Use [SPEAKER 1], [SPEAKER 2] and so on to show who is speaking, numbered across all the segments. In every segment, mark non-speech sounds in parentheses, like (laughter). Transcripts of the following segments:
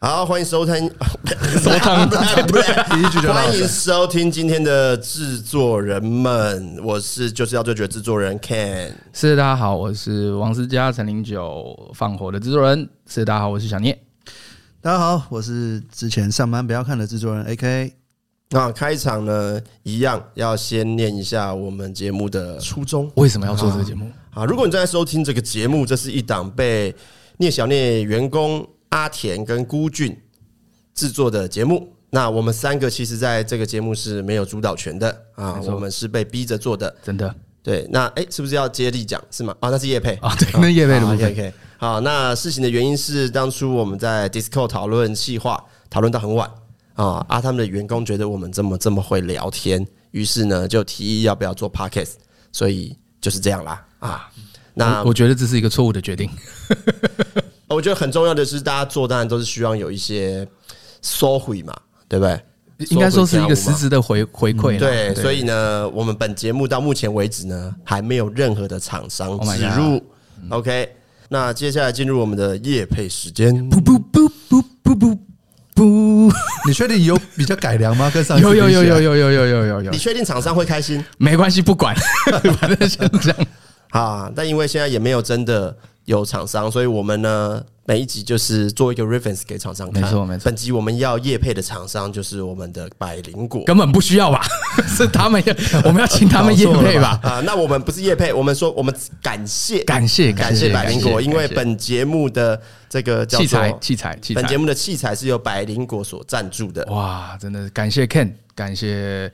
[SPEAKER 1] 好，欢迎收听，收听，不是， (laughs) 欢迎收听今天的制作人们，我是就是要对决制作人 Ken。
[SPEAKER 2] 是大家好，我是王思佳、陈零九放火的制作人。是大家好，我是小聂。
[SPEAKER 3] 大家好，我是之前上班不要看的制作人 A K。
[SPEAKER 1] 那开场呢，一样要先念一下我们节目的初衷
[SPEAKER 2] 为什么要做这个节目？
[SPEAKER 1] 啊。如果你正在收听这个节目，这是一档被聂小聂员工阿田跟孤俊制作的节目。那我们三个其实在这个节目是没有主导权的啊，
[SPEAKER 2] 没错
[SPEAKER 1] 我们是被逼着做的。
[SPEAKER 2] 真的
[SPEAKER 1] 对，那哎、诶是不是要接力讲是吗？啊，那是叶佩
[SPEAKER 2] 啊，对，那叶贝的部
[SPEAKER 1] o k
[SPEAKER 2] 分，
[SPEAKER 1] OK，好，那事情的原因是当初我们在 Disco 讨论细化，讨论到很晚啊，啊，他们的员工觉得我们这么这么会聊天，于是呢就提议要不要做 Podcast，所以就是这样啦啊。那
[SPEAKER 2] 我我觉得这是一个错误的决定。
[SPEAKER 1] 我觉得很重要的是，大家做当然都是需要有一些收回嘛，对不对？
[SPEAKER 2] 应该说是一个
[SPEAKER 1] 收回家务
[SPEAKER 2] 实
[SPEAKER 1] 嘛
[SPEAKER 2] 质的啊回回馈啦。
[SPEAKER 1] 对，所以呢，我们本节目到目前为止呢，还没有任何的厂商
[SPEAKER 2] Oh my
[SPEAKER 1] 植
[SPEAKER 2] God
[SPEAKER 1] 入。OK，那接下来进入我们的夜配时间。
[SPEAKER 2] 不不不不不不不，
[SPEAKER 3] 你确定有比较改良吗？跟上一次
[SPEAKER 2] 有有
[SPEAKER 3] 比起
[SPEAKER 2] 有
[SPEAKER 3] 来
[SPEAKER 2] 有，有有有有有有
[SPEAKER 1] 你，确定厂商会开心
[SPEAKER 2] 没关系，不管， (laughs) 反正先这样。
[SPEAKER 1] 啊？但因为现在也没有真的有厂商，所以我们呢每一集就是做一个 reference 给厂商看。
[SPEAKER 2] 没错没错
[SPEAKER 1] 本集我们要夜配的厂商就是我们的百灵果。
[SPEAKER 2] 根本不需要吧？ (laughs) 是他们要，我们要请他们叶配
[SPEAKER 1] (laughs)
[SPEAKER 2] 吧？
[SPEAKER 1] 啊，那我们不是夜配，我们说我们感谢
[SPEAKER 2] 感谢
[SPEAKER 1] 感谢
[SPEAKER 2] 谢
[SPEAKER 1] 百灵果，因为
[SPEAKER 2] 感谢
[SPEAKER 1] 本节目的这个叫
[SPEAKER 2] 器材
[SPEAKER 1] 做
[SPEAKER 2] 器材哦器
[SPEAKER 1] 本节
[SPEAKER 2] 材，
[SPEAKER 1] 目的器材是由百灵果所赞助的。
[SPEAKER 2] 哇，真的是感谢 Ken，感谢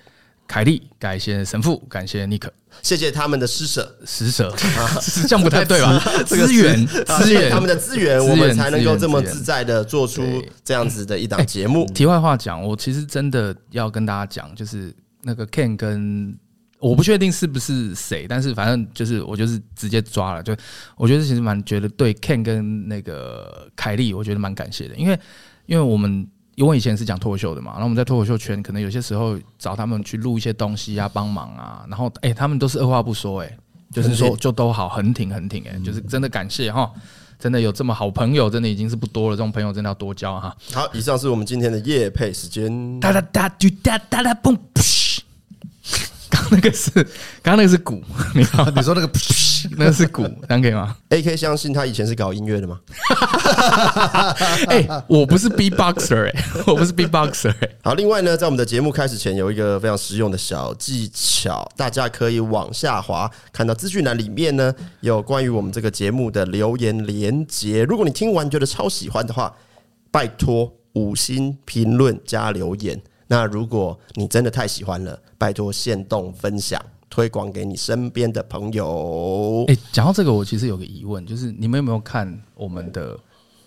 [SPEAKER 2] 凯莉，感谢神父，感谢 Nick。
[SPEAKER 1] 谢谢他们的施舍，(laughs)
[SPEAKER 2] 施舍，是这样不太对吧？资源，
[SPEAKER 1] 啊
[SPEAKER 2] 资
[SPEAKER 1] 谢谢
[SPEAKER 2] 源，
[SPEAKER 1] 他们的资源，
[SPEAKER 2] 资源
[SPEAKER 1] 我们才能够这么
[SPEAKER 2] 资源
[SPEAKER 1] 自在的做出
[SPEAKER 2] 对
[SPEAKER 1] 这样子的一档节目。
[SPEAKER 2] 题外话讲，我其实真的要跟大家讲，就是那个 Ken 跟我不确定是不是谁，但是反正就是我就是直接抓了，就我觉得其实蛮觉得对 Ken 跟那个凯莉，我觉得蛮感谢的，因为因为我们。因为我以前是讲脱口秀的嘛，然后我们在脱口秀圈，可能有些时候找他们去录一些东西啊，帮忙啊，然后哎、他们都是二话不说、哎，就是说就都好，很挺很挺、哎，就是真的感谢哈，真的有这么好朋友，真的已经是不多了，这种朋友真的要多交哈。
[SPEAKER 1] 好，以上是我们今天的夜配时间。
[SPEAKER 2] 哒哒哒嘟哒哒哒嘣，噗刚那个是，刚那个是鼓， (laughs) 你知道吗
[SPEAKER 3] 你说那个
[SPEAKER 2] 那个是鼓，这样可以 (laughs) 吗？
[SPEAKER 1] A K 相信他以前是搞音乐的吗？
[SPEAKER 2] 哎、我不是 B boxer 哎、我不是 B boxer 哎、
[SPEAKER 1] 好，另外呢，在我们的节目开始前有一个非常实用的小技巧，大家可以往下滑，看到资讯栏里面呢有关于我们这个节目的留言连结。如果你听完觉得超喜欢的话，拜托五星评论加留言。那如果你真的太喜欢了，拜托限动分享，推广给你身边的朋友。
[SPEAKER 2] 哎、讲到这个，我其实有个疑问，就是你们有没有看我们的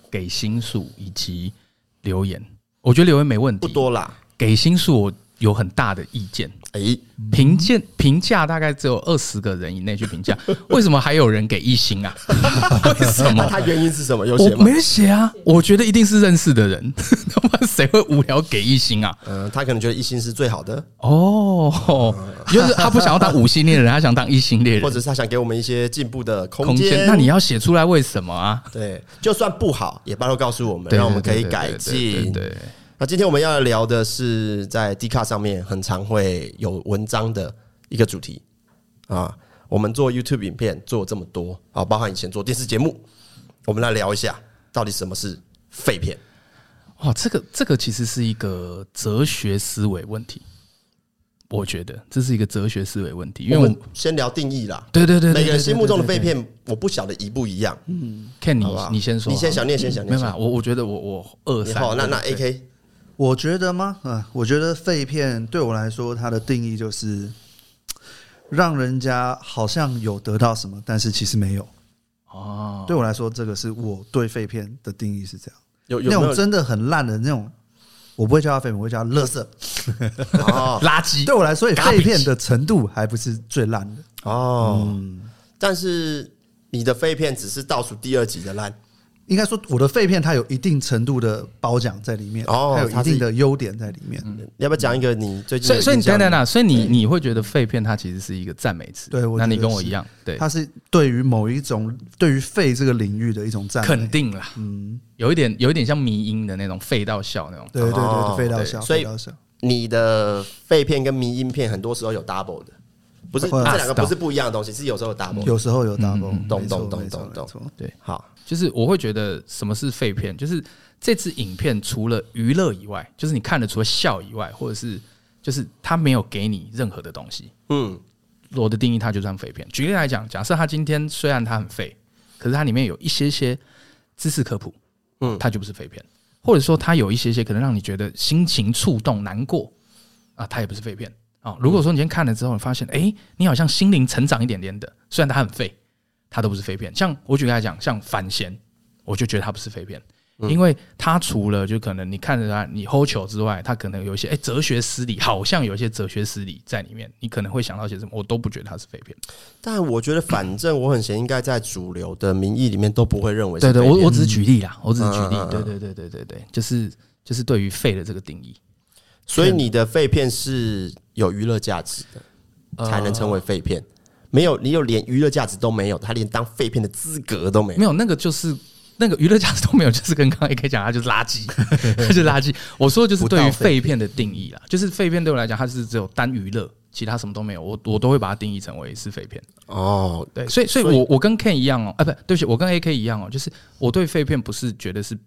[SPEAKER 2] 给星数以及留言？我觉得留言没问
[SPEAKER 1] 不
[SPEAKER 2] 题，
[SPEAKER 1] 多啦，
[SPEAKER 2] 给星数我有很大的意见。
[SPEAKER 1] 哎、
[SPEAKER 2] 评鉴评价大概只有二十个人以内去评价，为什么还有人给一星啊？ (laughs) 为什么
[SPEAKER 1] 那？它原因是什么？有
[SPEAKER 2] 我
[SPEAKER 1] 写吗？
[SPEAKER 2] 没写啊，我觉得一定是认识的人， (laughs) 他妈谁会无聊给一星啊？
[SPEAKER 1] 嗯、他可能觉得一星是最好的，
[SPEAKER 2] 哦，就是他不想要当五星恋人，他想当一星恋人，
[SPEAKER 1] 或者是他想给我们一些进步的空
[SPEAKER 2] 空
[SPEAKER 1] 间
[SPEAKER 2] 间。。那你要写出来为什么啊？
[SPEAKER 1] (laughs) 对，就算不好，也拜托告诉我们，
[SPEAKER 2] 对
[SPEAKER 1] 让我们可以
[SPEAKER 2] 对对
[SPEAKER 1] 改进。
[SPEAKER 2] 对对对对对
[SPEAKER 1] 那今天我们要聊的是在 d 卡上面很常会有文章的一个主题啊。我们做 YouTube 影片做这么多啊，包含以前做电视节目，我们来聊一下到底什么是废片。
[SPEAKER 2] 哇，这个这个其实是一个哲学思维问题。我觉得这是一个哲学思维问题，因为
[SPEAKER 1] 我
[SPEAKER 2] 我
[SPEAKER 1] 们先聊定义啦。
[SPEAKER 2] 对对对，对
[SPEAKER 1] 每个人
[SPEAKER 2] 对
[SPEAKER 1] 心目中的
[SPEAKER 2] 对
[SPEAKER 1] 被
[SPEAKER 2] 对对
[SPEAKER 1] 骗，我不晓得一不一样，
[SPEAKER 2] 看你
[SPEAKER 1] 好不好？
[SPEAKER 2] 你先说好了，啊
[SPEAKER 1] 你先想念，先想
[SPEAKER 2] 没
[SPEAKER 1] 念。
[SPEAKER 2] 有
[SPEAKER 1] 先
[SPEAKER 2] 没
[SPEAKER 1] 想
[SPEAKER 2] 有，我我觉得我我二
[SPEAKER 1] 你
[SPEAKER 2] 三
[SPEAKER 1] 好，那
[SPEAKER 2] 对
[SPEAKER 1] 那
[SPEAKER 2] 对
[SPEAKER 1] A K
[SPEAKER 3] 我觉得吗？啊，我觉得废片对我来说，它的定义就是让人家好像有得到什么，但是其实没有。
[SPEAKER 2] 哦，
[SPEAKER 3] 对我来说，这个是我对废片的定义是这样。
[SPEAKER 1] 有
[SPEAKER 3] 那
[SPEAKER 1] 有没
[SPEAKER 3] 种
[SPEAKER 1] 有
[SPEAKER 3] 真的很烂的那种，我不会叫它废片，我会叫它垃圾。
[SPEAKER 1] 哦
[SPEAKER 2] 垃圾
[SPEAKER 3] 对我来说，
[SPEAKER 2] Garbage
[SPEAKER 3] 废片的程度还不是最烂的。
[SPEAKER 1] 哦？但是你的废片只是倒数第二集的烂
[SPEAKER 3] 应该说，我的废片它有一定程度的褒奖在里面，
[SPEAKER 1] 哦
[SPEAKER 3] 还有
[SPEAKER 1] 它
[SPEAKER 3] 一
[SPEAKER 1] 是
[SPEAKER 3] 定的优点在里面。
[SPEAKER 1] 你要不要讲一个你最近
[SPEAKER 2] 所以，
[SPEAKER 1] 有
[SPEAKER 2] 所以你
[SPEAKER 1] 印
[SPEAKER 2] 啊
[SPEAKER 1] 象
[SPEAKER 2] 等
[SPEAKER 1] 的
[SPEAKER 2] 等等，所以你你会觉得废片它其实是一个赞美词，
[SPEAKER 3] 对我
[SPEAKER 2] 那你
[SPEAKER 3] 觉得
[SPEAKER 2] 跟我
[SPEAKER 3] 是
[SPEAKER 2] 一样，对，
[SPEAKER 3] 它是对于某一种对于废这个领域的一种赞美。
[SPEAKER 2] 肯定啦，嗯，有一点有一点像迷音的那种废到笑那种，
[SPEAKER 3] 对对对
[SPEAKER 1] 哦
[SPEAKER 3] 对，废到
[SPEAKER 1] 对
[SPEAKER 3] 笑，
[SPEAKER 1] 所以
[SPEAKER 3] 废到笑。
[SPEAKER 1] 你的废片跟迷音片很多时候有 double 的，不是
[SPEAKER 3] 会
[SPEAKER 1] 这
[SPEAKER 3] 啊
[SPEAKER 1] 两个不是不一样的东西，是有时候有 double 的。
[SPEAKER 3] 有时候有 double，没错
[SPEAKER 2] 嗯
[SPEAKER 1] 懂懂懂
[SPEAKER 3] 没错
[SPEAKER 1] 懂懂
[SPEAKER 3] 没错
[SPEAKER 1] 好，
[SPEAKER 2] 就是我会觉得什么是废片，就是这支影片除了娱乐以外，就是你看了除了笑以外，或者是就是它没有给你任何的东西，
[SPEAKER 1] 嗯，
[SPEAKER 2] 我的定义它就算废片。举例来讲，假设它今天虽然它很废，可是它里面有一些些知识科普，
[SPEAKER 1] 嗯
[SPEAKER 2] 嗯，它就不是废片，或者说它有一些些可能让你觉得心情触动、难过啊，它也不是废片啊、如果说你今天看了之后，你发现哎、诶你好像心灵成长一点点的，虽然它很废，它都不是废片。像我举例来讲，像反贤，我就觉得它不是废片。因为它除了就可能你看着它你 hold 球之外，它可能有一些哎、诶哲学思理，好像有一些哲学思理在里面，你可能会想到些什么，我都不觉得它是废片。
[SPEAKER 1] 但我觉得反正我很闲，应该在主流的民意里面都不会认为是
[SPEAKER 2] 对对，
[SPEAKER 1] 废
[SPEAKER 2] 我
[SPEAKER 1] 片
[SPEAKER 2] 我只是举例啦，我只是举例
[SPEAKER 1] 嗯嗯嗯。
[SPEAKER 2] 对对对对对对，就是就是对于废的这个定义，
[SPEAKER 1] 所以你的废片是有娱乐价值
[SPEAKER 2] 呃
[SPEAKER 1] 的，才能称为废片。没有，你有连娱乐价值都没有，他连当废片的资格都没有
[SPEAKER 2] 没。有那个就是那个娱乐价值都没有，就是跟刚刚也可以讲，它就是垃圾，它就是垃圾。我说的就是对于废片的定义啦，就是废片对我来讲，它是只有单娱乐，其他什么都没有，我我都会把它定义成为是废片。
[SPEAKER 1] 哦，
[SPEAKER 2] 对，所以所以我我跟 Ken 一样哦，啊，不对不起，我跟 AK 一样哦，就是我对废片不是觉得是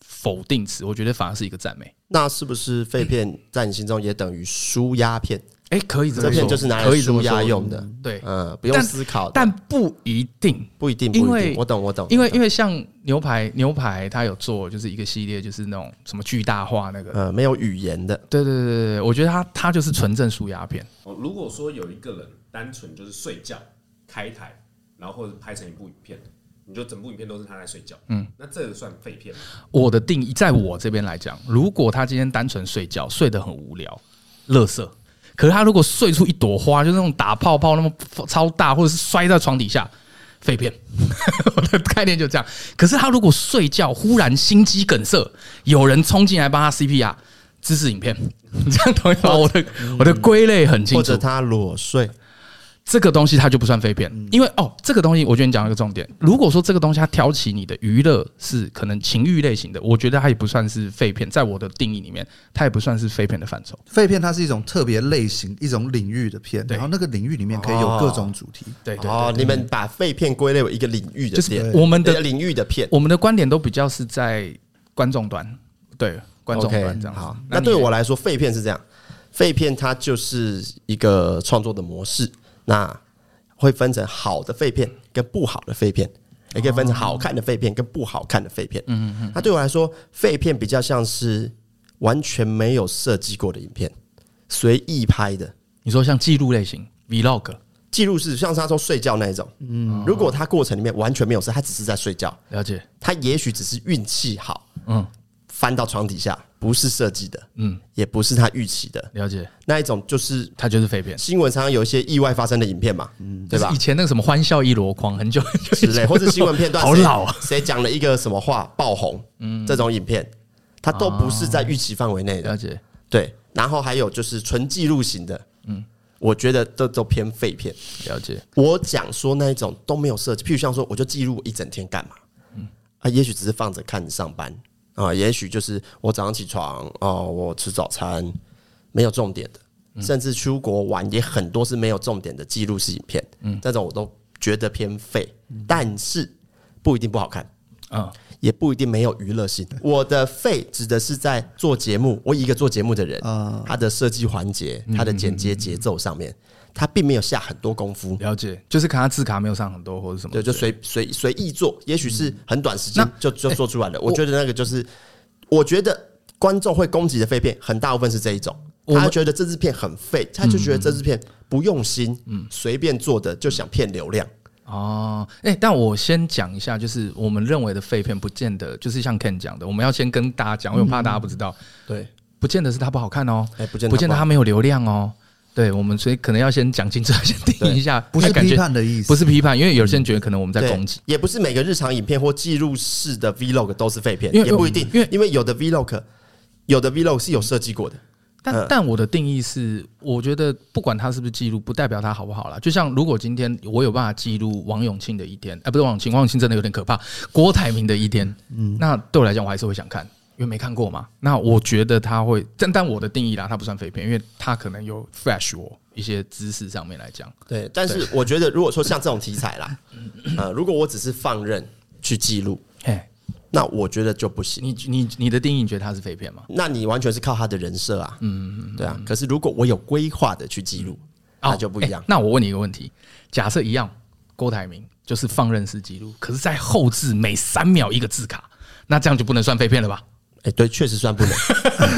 [SPEAKER 2] 否定词，我觉得反而是一个赞美。
[SPEAKER 1] 那是不是废片在你心中也等于舒压片？
[SPEAKER 2] 哎，可以这
[SPEAKER 1] 这
[SPEAKER 2] 么
[SPEAKER 1] 片
[SPEAKER 2] 说，
[SPEAKER 1] 就是拿
[SPEAKER 2] 可
[SPEAKER 1] 来
[SPEAKER 2] 以这么
[SPEAKER 1] 舒
[SPEAKER 2] 说
[SPEAKER 1] 压用的，
[SPEAKER 2] 对，
[SPEAKER 1] 嗯，不用
[SPEAKER 2] 但
[SPEAKER 1] 思考的。
[SPEAKER 2] 但不一定。
[SPEAKER 1] 不一定，不一
[SPEAKER 2] 因
[SPEAKER 1] 定
[SPEAKER 2] 为
[SPEAKER 1] 我懂，我懂，
[SPEAKER 2] 因为
[SPEAKER 1] 我懂
[SPEAKER 2] 因为像牛排，牛排它有做就是一个系列，就是那种什么巨大化那个。
[SPEAKER 1] 呃没有语言的，
[SPEAKER 2] 对对对对对，我觉得它它就是纯正舒压片。
[SPEAKER 4] 哦，如果说有一个人单纯就是睡觉、开台，然后或者拍成一部影片，你就整部影片都是他在睡觉，嗯，那这个算废片吗？
[SPEAKER 2] 我的定义，在我这边来讲，如果他今天单纯睡觉，睡得很无聊，乐色。可是他如果睡出一朵花，就是那种打泡泡那么超大，或者是摔在床底下，废片。 (laughs) 我的概念就这样。可是他如果睡觉忽然心肌梗塞，有人冲进来帮他 CPR，知识影片， (laughs) 这样同意吗？我的我的归类很清
[SPEAKER 1] 或
[SPEAKER 2] 楚
[SPEAKER 1] 者。他裸睡，
[SPEAKER 2] 这个东西它就不算废片，因为哦，这个东西我觉得你讲了一个重点。如果说这个东西它挑起你的娱乐是可能情欲类型的，我觉得它也不算是废片，在我的定义里面，它也不算是废片的范畴。
[SPEAKER 3] 废片它是一种特别类型、一种领域的片，
[SPEAKER 2] 对哦
[SPEAKER 3] 然后那个领域里面可以有各种主题。
[SPEAKER 2] 对对
[SPEAKER 1] 哦，你们把废片归类为一个领域的
[SPEAKER 2] 就是
[SPEAKER 1] 片，
[SPEAKER 2] 我们的
[SPEAKER 1] 呃领域的片，
[SPEAKER 2] 我们的观点都比较是在观众端，对观众
[SPEAKER 1] OK，
[SPEAKER 2] 端这样子。
[SPEAKER 1] 好，
[SPEAKER 2] 那
[SPEAKER 1] 那
[SPEAKER 2] 你
[SPEAKER 1] 对我来说，废片是这样，废片它就是一个创作的模式，那会分成好的废片跟不好的废片。也可以分成好看的废片跟不好看的废片。嗯嗯，那对我来说，废片比较像是完全没有设计过的影片，随意拍的。
[SPEAKER 2] 你说像记录类型 vlog，
[SPEAKER 1] 记录是像是他说睡觉那一种。嗯，如果他过程里面完全没有事，他只是在睡觉，
[SPEAKER 2] 了解，
[SPEAKER 1] 他也许只是运气好
[SPEAKER 2] 嗯
[SPEAKER 1] 翻到床底下，不是设计的，
[SPEAKER 2] 嗯，
[SPEAKER 1] 也不是他预期的
[SPEAKER 2] 了解，
[SPEAKER 1] 那一种，就是
[SPEAKER 2] 它就是废片，
[SPEAKER 1] 新闻常常有一些意外发生的影片嘛，对
[SPEAKER 2] 就是
[SPEAKER 1] 吧
[SPEAKER 2] (laughs) 以？前那个什么欢笑一箩筐，很久 (laughs) 很久
[SPEAKER 1] 之类，或者新闻片段，
[SPEAKER 2] 好
[SPEAKER 1] 谁
[SPEAKER 2] 老啊，嗯
[SPEAKER 1] 谁讲了一个什么话爆红，这种影片，它都不是在预期范围内的，
[SPEAKER 2] 了解。
[SPEAKER 1] 对。然后还有就是纯记录型的，
[SPEAKER 2] 嗯
[SPEAKER 1] 我觉得这都偏废片。
[SPEAKER 2] 了解，
[SPEAKER 1] 我讲说那一种都没有设计，譬如像说，我就记录我一整天干嘛，啊，也许只是放着看上班啊，也许就是我早上起床哦，我吃早餐，没有重点的，甚至出国玩也很多是没有重点的记录式影片，嗯，这种我都觉得偏废，但是不一定不好看，
[SPEAKER 2] 嗯，
[SPEAKER 1] 也不一定没有娱乐性。我的废指的是在做节目，我以一个做节目的人，他的设计环节、他的剪接节奏上面，他并没有下很多功夫。
[SPEAKER 2] 了解，就是看他字卡没有上很多或者什么
[SPEAKER 1] 对，
[SPEAKER 2] 之类的，
[SPEAKER 1] 就随随随意做，也许是很短时间
[SPEAKER 2] 嗯那哎
[SPEAKER 1] 就就做出来了。我觉得那个就是，我觉得观众会攻击的废片，很大部分是这一种。
[SPEAKER 2] 们嗯
[SPEAKER 1] 他觉得这支片很废，他就觉得这支片不用心，随便做的就想骗流量。
[SPEAKER 2] 哦，哎、但我先讲一下，就是我们认为的废片，不见得就是像 Ken 讲的，我们要先跟大家讲，因为我怕大家不知道，
[SPEAKER 1] 对，
[SPEAKER 2] 不见得是它不好看哦，
[SPEAKER 1] 哎，不见
[SPEAKER 2] 不见得
[SPEAKER 1] 他
[SPEAKER 2] 它
[SPEAKER 1] 们
[SPEAKER 2] 没有流量哦。对，我们所以可能要先讲清楚，先定义一下，
[SPEAKER 3] 不是
[SPEAKER 2] 那感
[SPEAKER 3] 批
[SPEAKER 2] 觉，
[SPEAKER 3] 判的意思，
[SPEAKER 2] 不是批判，因为有些人觉得可能我们在
[SPEAKER 1] 对
[SPEAKER 2] 攻击。，
[SPEAKER 1] 也不是每个日常影片或记录式的 vlog 都是废片，
[SPEAKER 2] 因为
[SPEAKER 1] 也不一定，
[SPEAKER 2] 因为
[SPEAKER 1] 因为有的 vlog 有的 vlog 是有设计过的，
[SPEAKER 2] 但、
[SPEAKER 1] 嗯
[SPEAKER 2] 但我的定义是，我觉得不管它是不是记录，不代表它好不好啦。就像如果今天我有办法记录王永庆的一天，哎、不是王永庆，王永庆真的有点可怕，郭台铭的一天，那对我来讲，我还是会想看，因为没看过嘛。那我觉得他会，但但我的定义啦，它不算废片，因为它可能有 fresh 我一些知识上面来讲。
[SPEAKER 1] 对，但是我觉得如果说像这种题材
[SPEAKER 2] (laughs)
[SPEAKER 1] 啦，呃，如果我只是放任去记录，
[SPEAKER 2] 嘿，
[SPEAKER 1] 那我觉得就不行。
[SPEAKER 2] 你你你的定义，你觉得它是废片吗？
[SPEAKER 1] 那你完全是靠他的人设啊，嗯，对啊。可是如果我有规划的去记录，那就不一样
[SPEAKER 2] 欸。那我问你一个问题：假设一样，郭台铭就是放任式记录，可是，在后置每三秒一个字卡，那这样就不能算废片了吧？
[SPEAKER 1] 哎、对，确实 (laughs) 算不能，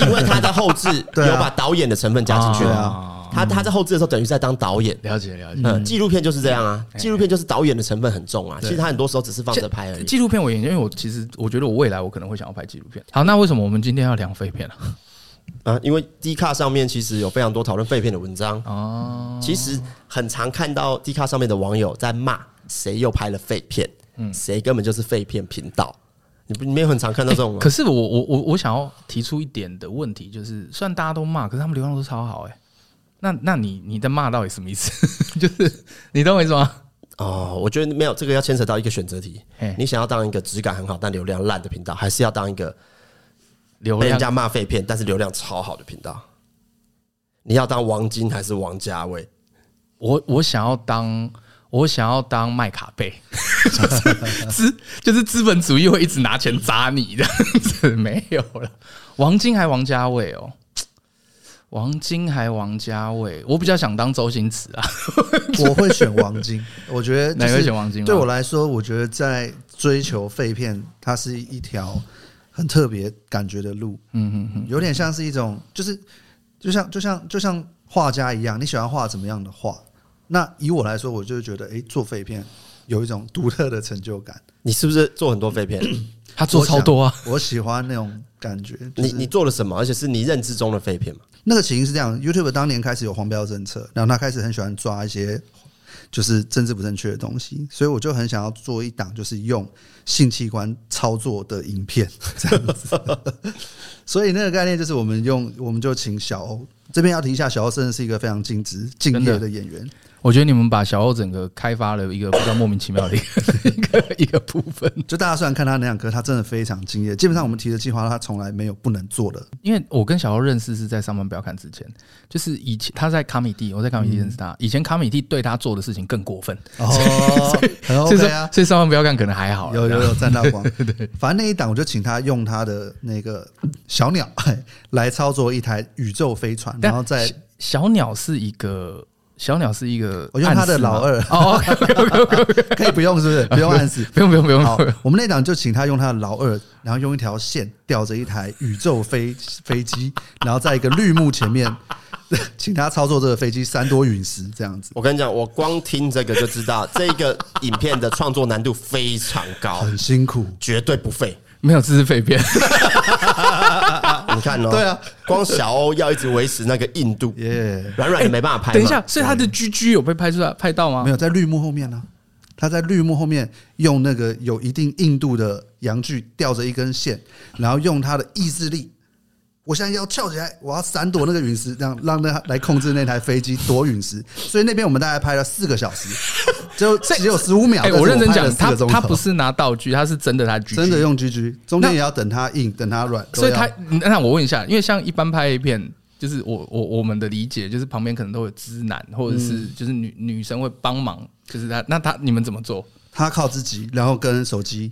[SPEAKER 1] 因为他在后置有
[SPEAKER 3] 对啊
[SPEAKER 1] 把导演的成分加进去了
[SPEAKER 2] 啊
[SPEAKER 1] 啊。他他在后置的时候，等于在当导演。
[SPEAKER 2] 了解了解。
[SPEAKER 1] 嗯，纪录片就是这样啊，纪录片就是导演的成分很重啊。其实他很多时候只是放
[SPEAKER 2] 这
[SPEAKER 1] 着拍而已。
[SPEAKER 2] 嗯纪录片我研究，因为我其实我觉得我未来我可能会想要拍纪录片。好，那为什么我们今天要聊废片啊？
[SPEAKER 1] 啊，因为 D 卡上面其实有非常多讨论废片的文章其实很常看到 D 卡上面的网友在骂谁又拍了废片，谁根本就是废片频道。你不你没有很常看到这种吗？
[SPEAKER 2] (laughs) 可是我我我我想要提出一点的问题，就是虽然大家都骂，可是他们流量都超好哎、那那你你在骂到底什么意思？ (laughs) 就是你懂我意思吗？
[SPEAKER 1] 哦，我觉得没有这个要牵扯到一个选择题
[SPEAKER 2] 嘿。
[SPEAKER 1] 你想要当一个质感很好但流量烂的频道，还是要当一个
[SPEAKER 2] 流
[SPEAKER 1] 被人
[SPEAKER 2] 量
[SPEAKER 1] 家骂废片但是流量超好的频道？你要当王晶还是王家卫？
[SPEAKER 2] 我我想要当我想要当麦卡贝， (laughs) 就是资就是资本主义会一直拿钱砸你这样子，没有了。王晶还王家卫哦，王晶还王家卫，我比较想当周星驰啊。
[SPEAKER 3] (laughs) 我会选王晶，我觉得就
[SPEAKER 2] (laughs) 哪
[SPEAKER 3] 是
[SPEAKER 2] 位选王晶吗啊
[SPEAKER 3] 对我来说，我觉得在追求废片，它是一条很特别感觉的路。嗯嗯嗯，有点像是一种，就是就像就像就像画家一样，你喜欢画怎么样的画？那以我来说，我就觉得，诶，做废片有一种独特的成就感。
[SPEAKER 1] 你是不是做很多废
[SPEAKER 2] (coughs)
[SPEAKER 1] 片？
[SPEAKER 2] 他做超多啊，
[SPEAKER 3] (laughs) 我喜欢那种感觉。就是
[SPEAKER 1] 你你做了什么？而且是你认知中的废片吗？
[SPEAKER 3] 那个起因是这样，YouTube 当年开始有黄标政策，然后他开始很喜欢抓一些就是政治不正确的东西，所以我就很想要做一档就是用性器官操作的影片这样子。 (laughs) 所以那个概念就是我们用，我们就请小欧这边要提一下，小欧真的是一个非常尽职敬业的演员。
[SPEAKER 2] 我觉得你们把小欧整个开发了一个比较莫名其妙的一 (laughs) 个一个一个部分。
[SPEAKER 3] 就大家虽然看他那样，可是他真的非常敬业。基本上我们提的计划，他从来没有不能做的。
[SPEAKER 2] 因为我跟小欧认识是在上班不要看之前，就是以前他在卡米蒂，我在卡米蒂认识他。以前卡米蒂对他做的事情更过分，
[SPEAKER 3] (laughs) 哦，
[SPEAKER 2] 所以
[SPEAKER 3] 很 OK 啊
[SPEAKER 2] 说，所以上班不要看可能还好啦。
[SPEAKER 3] 有有有沾到
[SPEAKER 2] (laughs)
[SPEAKER 3] 光，反正那一档我就请他用他的那个小鸟哎来操作一台宇宙飞船，
[SPEAKER 2] 但
[SPEAKER 3] 然后再
[SPEAKER 2] 小小鸟是一个小鸟是一个，
[SPEAKER 3] 我用他的老。二，
[SPEAKER 2] 哦，OK OK OK OK，
[SPEAKER 3] 可以不用是不是？ (laughs)
[SPEAKER 2] (laughs)
[SPEAKER 3] 不用暗示。
[SPEAKER 2] 不用不用不用，
[SPEAKER 3] 好
[SPEAKER 2] 不用，
[SPEAKER 3] 我们那档就请他用他的老二，然后用一条线吊着一台宇宙飞飞机，然后在一个绿幕前面，请他操作这个飞机闪躲陨石这样子，
[SPEAKER 1] 我跟你讲，我光听这个就知
[SPEAKER 2] (laughs)
[SPEAKER 1] 道，这个影片的创作难度非常高，
[SPEAKER 3] 很辛苦。
[SPEAKER 1] 绝对不
[SPEAKER 2] (laughs)
[SPEAKER 1] 废。
[SPEAKER 2] 没有知识废片，
[SPEAKER 1] 你看哦，
[SPEAKER 3] 对啊，
[SPEAKER 1] 光小欧要一直维持那个硬度，
[SPEAKER 3] 耶
[SPEAKER 1] 软软的没办法拍嘛。
[SPEAKER 2] 哎
[SPEAKER 1] 嗯
[SPEAKER 2] 等一下，所以他的 GG 有被拍出来拍到吗
[SPEAKER 3] 没？有在绿幕后面呢、他在绿幕后面用那个有一定硬度的阳具吊着一根线，然后用他的意志力，我现在要翘起来，我要闪躲那个陨石，让让那来控制那台飞机躲陨石。所以那边我们大概拍了四个小时，就只有十五秒。
[SPEAKER 2] 哎，
[SPEAKER 3] 但是
[SPEAKER 2] 认真
[SPEAKER 3] 拍了
[SPEAKER 2] 讲，
[SPEAKER 3] 四
[SPEAKER 2] 他
[SPEAKER 3] 个钟头
[SPEAKER 2] 他不是拿道具，他是真的他 GG
[SPEAKER 3] 真的。用 GG，中间也要等它硬，等它软，
[SPEAKER 2] 所以他
[SPEAKER 3] 都要
[SPEAKER 2] 那那我问一下，因为像一般拍 A 片。就是我我我们的理解，就是旁边可能都有知男，或者
[SPEAKER 3] 嗯
[SPEAKER 2] 是就是女女生会帮忙，就是他那他你们怎么做？
[SPEAKER 3] (laughs) 他靠自己，然后跟手机